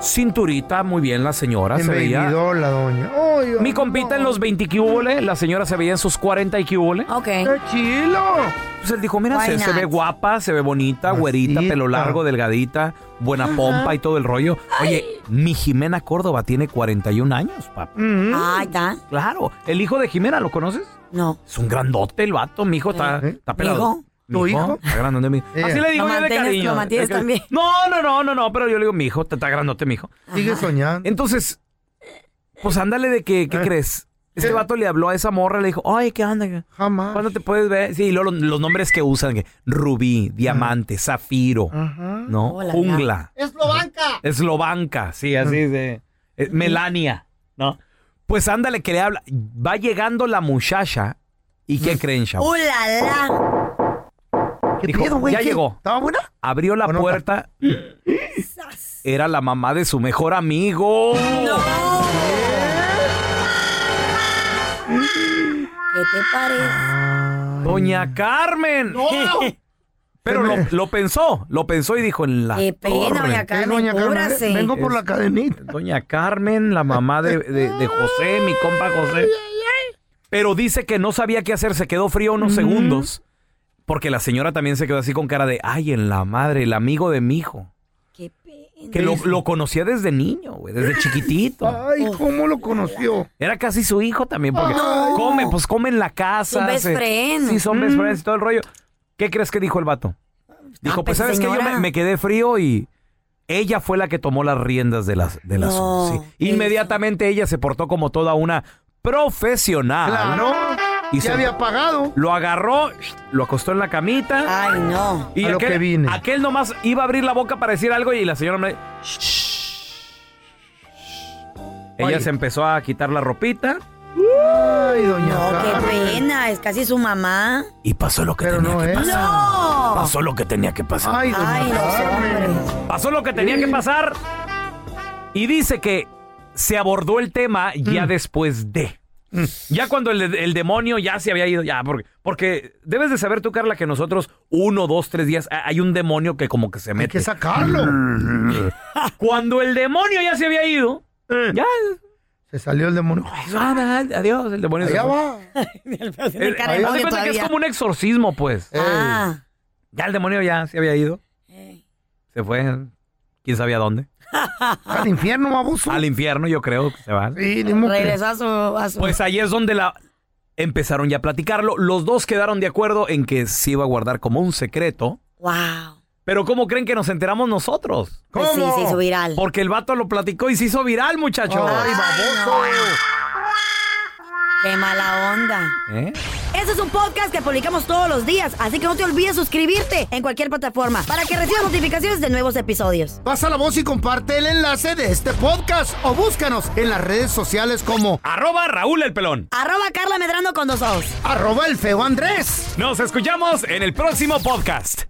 cinturita muy bien la señora, se veía.
Embebidó la doña. Ay,
Mi compita en los 20 cubole, la señora se veía en sus 40 cubole.
Ok.
¡Qué chilo!
Pues él dijo, mira,
Why
se, se
not?
ve guapa, se ve bonita, güerita, pelo largo, delgadita, buena
Ajá.
pompa y todo el rollo. Oye, mi Jimena Córdoba tiene 41 años, papá.
Ah, está.
Claro, el hijo de Jimena, ¿lo conoces?
No.
Es un grandote el vato, mi hijo está, está pelado.
¿Hijo?
Eh. ¿Tu hijo? Está grandote, mi hijo.
Eh.
Así le digo
Lo
yo de
mantienes-
cariño.
lo mantienes
de cariño.
también.
No, no, no, no, no, pero yo le digo, mi hijo, está, está grandote, mi hijo.
Sigue soñando. Eh.
Entonces, pues ándale de que, ¿qué crees? Este vato le habló a esa morra, le dijo, ay, ¿qué onda?
Jamás.
¿Cuándo te puedes ver? Pues Sí, y luego los, los nombres que usan, que rubí, diamante, zafiro, ¿no?
Hola,
Jungla,
Eslovaca.
eslovanca, sí, así de... eh, Melania, ¿no? Pues ándale que le habla. Va llegando la muchacha y ¿qué creen, chavo?
¡Ulala!
Oh, ¿Qué
Dijo,
pedo, güey?
ya
¿Qué?
llegó.
¿Estaba buena?
Abrió la puerta. Era la mamá de su mejor amigo.
¿Qué te parece?
Doña Carmen. Pero lo, lo pensó, lo pensó y dijo en la.
Qué pena,
torre.
doña Carmen, Doña Carmen, cúbrase. vengo por la
Es Doña Carmen, la mamá de, de- de José, mi compa José. Pero dice que no sabía qué hacer, se quedó frío unos segundos. Porque la señora también se quedó así con cara de, ay, en la madre, el amigo de mi hijo. Que lo, lo conocía desde niño, güey, desde chiquitito.
Ay, ¿cómo lo conoció?
Era casi su hijo también, porque
Ay.
come, pues come en la casa.
Son best
se-
friends.
Sí, son best
Mm.
friends y todo el rollo. ¿Qué crees que dijo el vato? Dijo,
Ah,
pues,
pues,
¿sabes qué? Yo me,
señora.
me quedé frío y ella fue la que tomó las riendas de las, de las
No,
sí. Inmediatamente ella se portó como toda una profesional.
Claro.
Y
ya
se-
había pagado.
Lo agarró, lo acostó en la camita.
Ay, no.
Y
A lo
aquel,
que vine.
aquel nomás iba a abrir la boca para decir algo y la señora me... Ella se empezó a quitar la ropita.
Ay, doña
No, qué
Carmen.
pena, es casi su mamá.
Y pasó lo que tenía
¿Eh?
que pasar.
¡No!
Pasó lo que tenía que pasar.
Ay, doña Ay, los
Pasó lo que tenía que pasar. Y dice que se abordó el tema ya
Mm.
después de. Ya cuando el, el demonio ya se había ido, ya, porque, porque debes de saber tú, Carla, que nosotros uno, dos, tres días ah, hay un demonio que como que se mete. Hay que
sacarlo.
Cuando el demonio ya se había ido, ya. pues, ah,
Se salió el demonio.
Adiós, el demonio. se
Allá
fue.
va.
El-
cara
Eh, haz de
demonio
cuenta que es
todavía.
como un exorcismo, pues.
Ah.
Ya el demonio ya se había ido. Se fue, quién sabía dónde.
Al infierno, baboso.
Al infierno, yo creo que se van.
Sí, ni modo que-
Regresó a su, a su-
Pues ahí es donde la empezaron ya a platicarlo. Los dos quedaron de acuerdo en que se iba a guardar como un secreto.
Wow.
Pero ¿cómo creen que nos enteramos nosotros?
Pues sí, se hizo viral.
Porque el vato lo platicó y se hizo viral, muchacho.
Ay, baboso. Qué mala onda.
¿Eh?
Este es un podcast que publicamos todos los días, así que no te olvides suscribirte en cualquier plataforma para que recibas notificaciones de nuevos episodios.
Pasa la voz y comparte el enlace de este podcast o búscanos en las redes sociales como
Arroba Raúl el pelón.
Arroba Carla Medrano con dos ojos.
arroba el feo Andrés.
Nos escuchamos en el próximo podcast.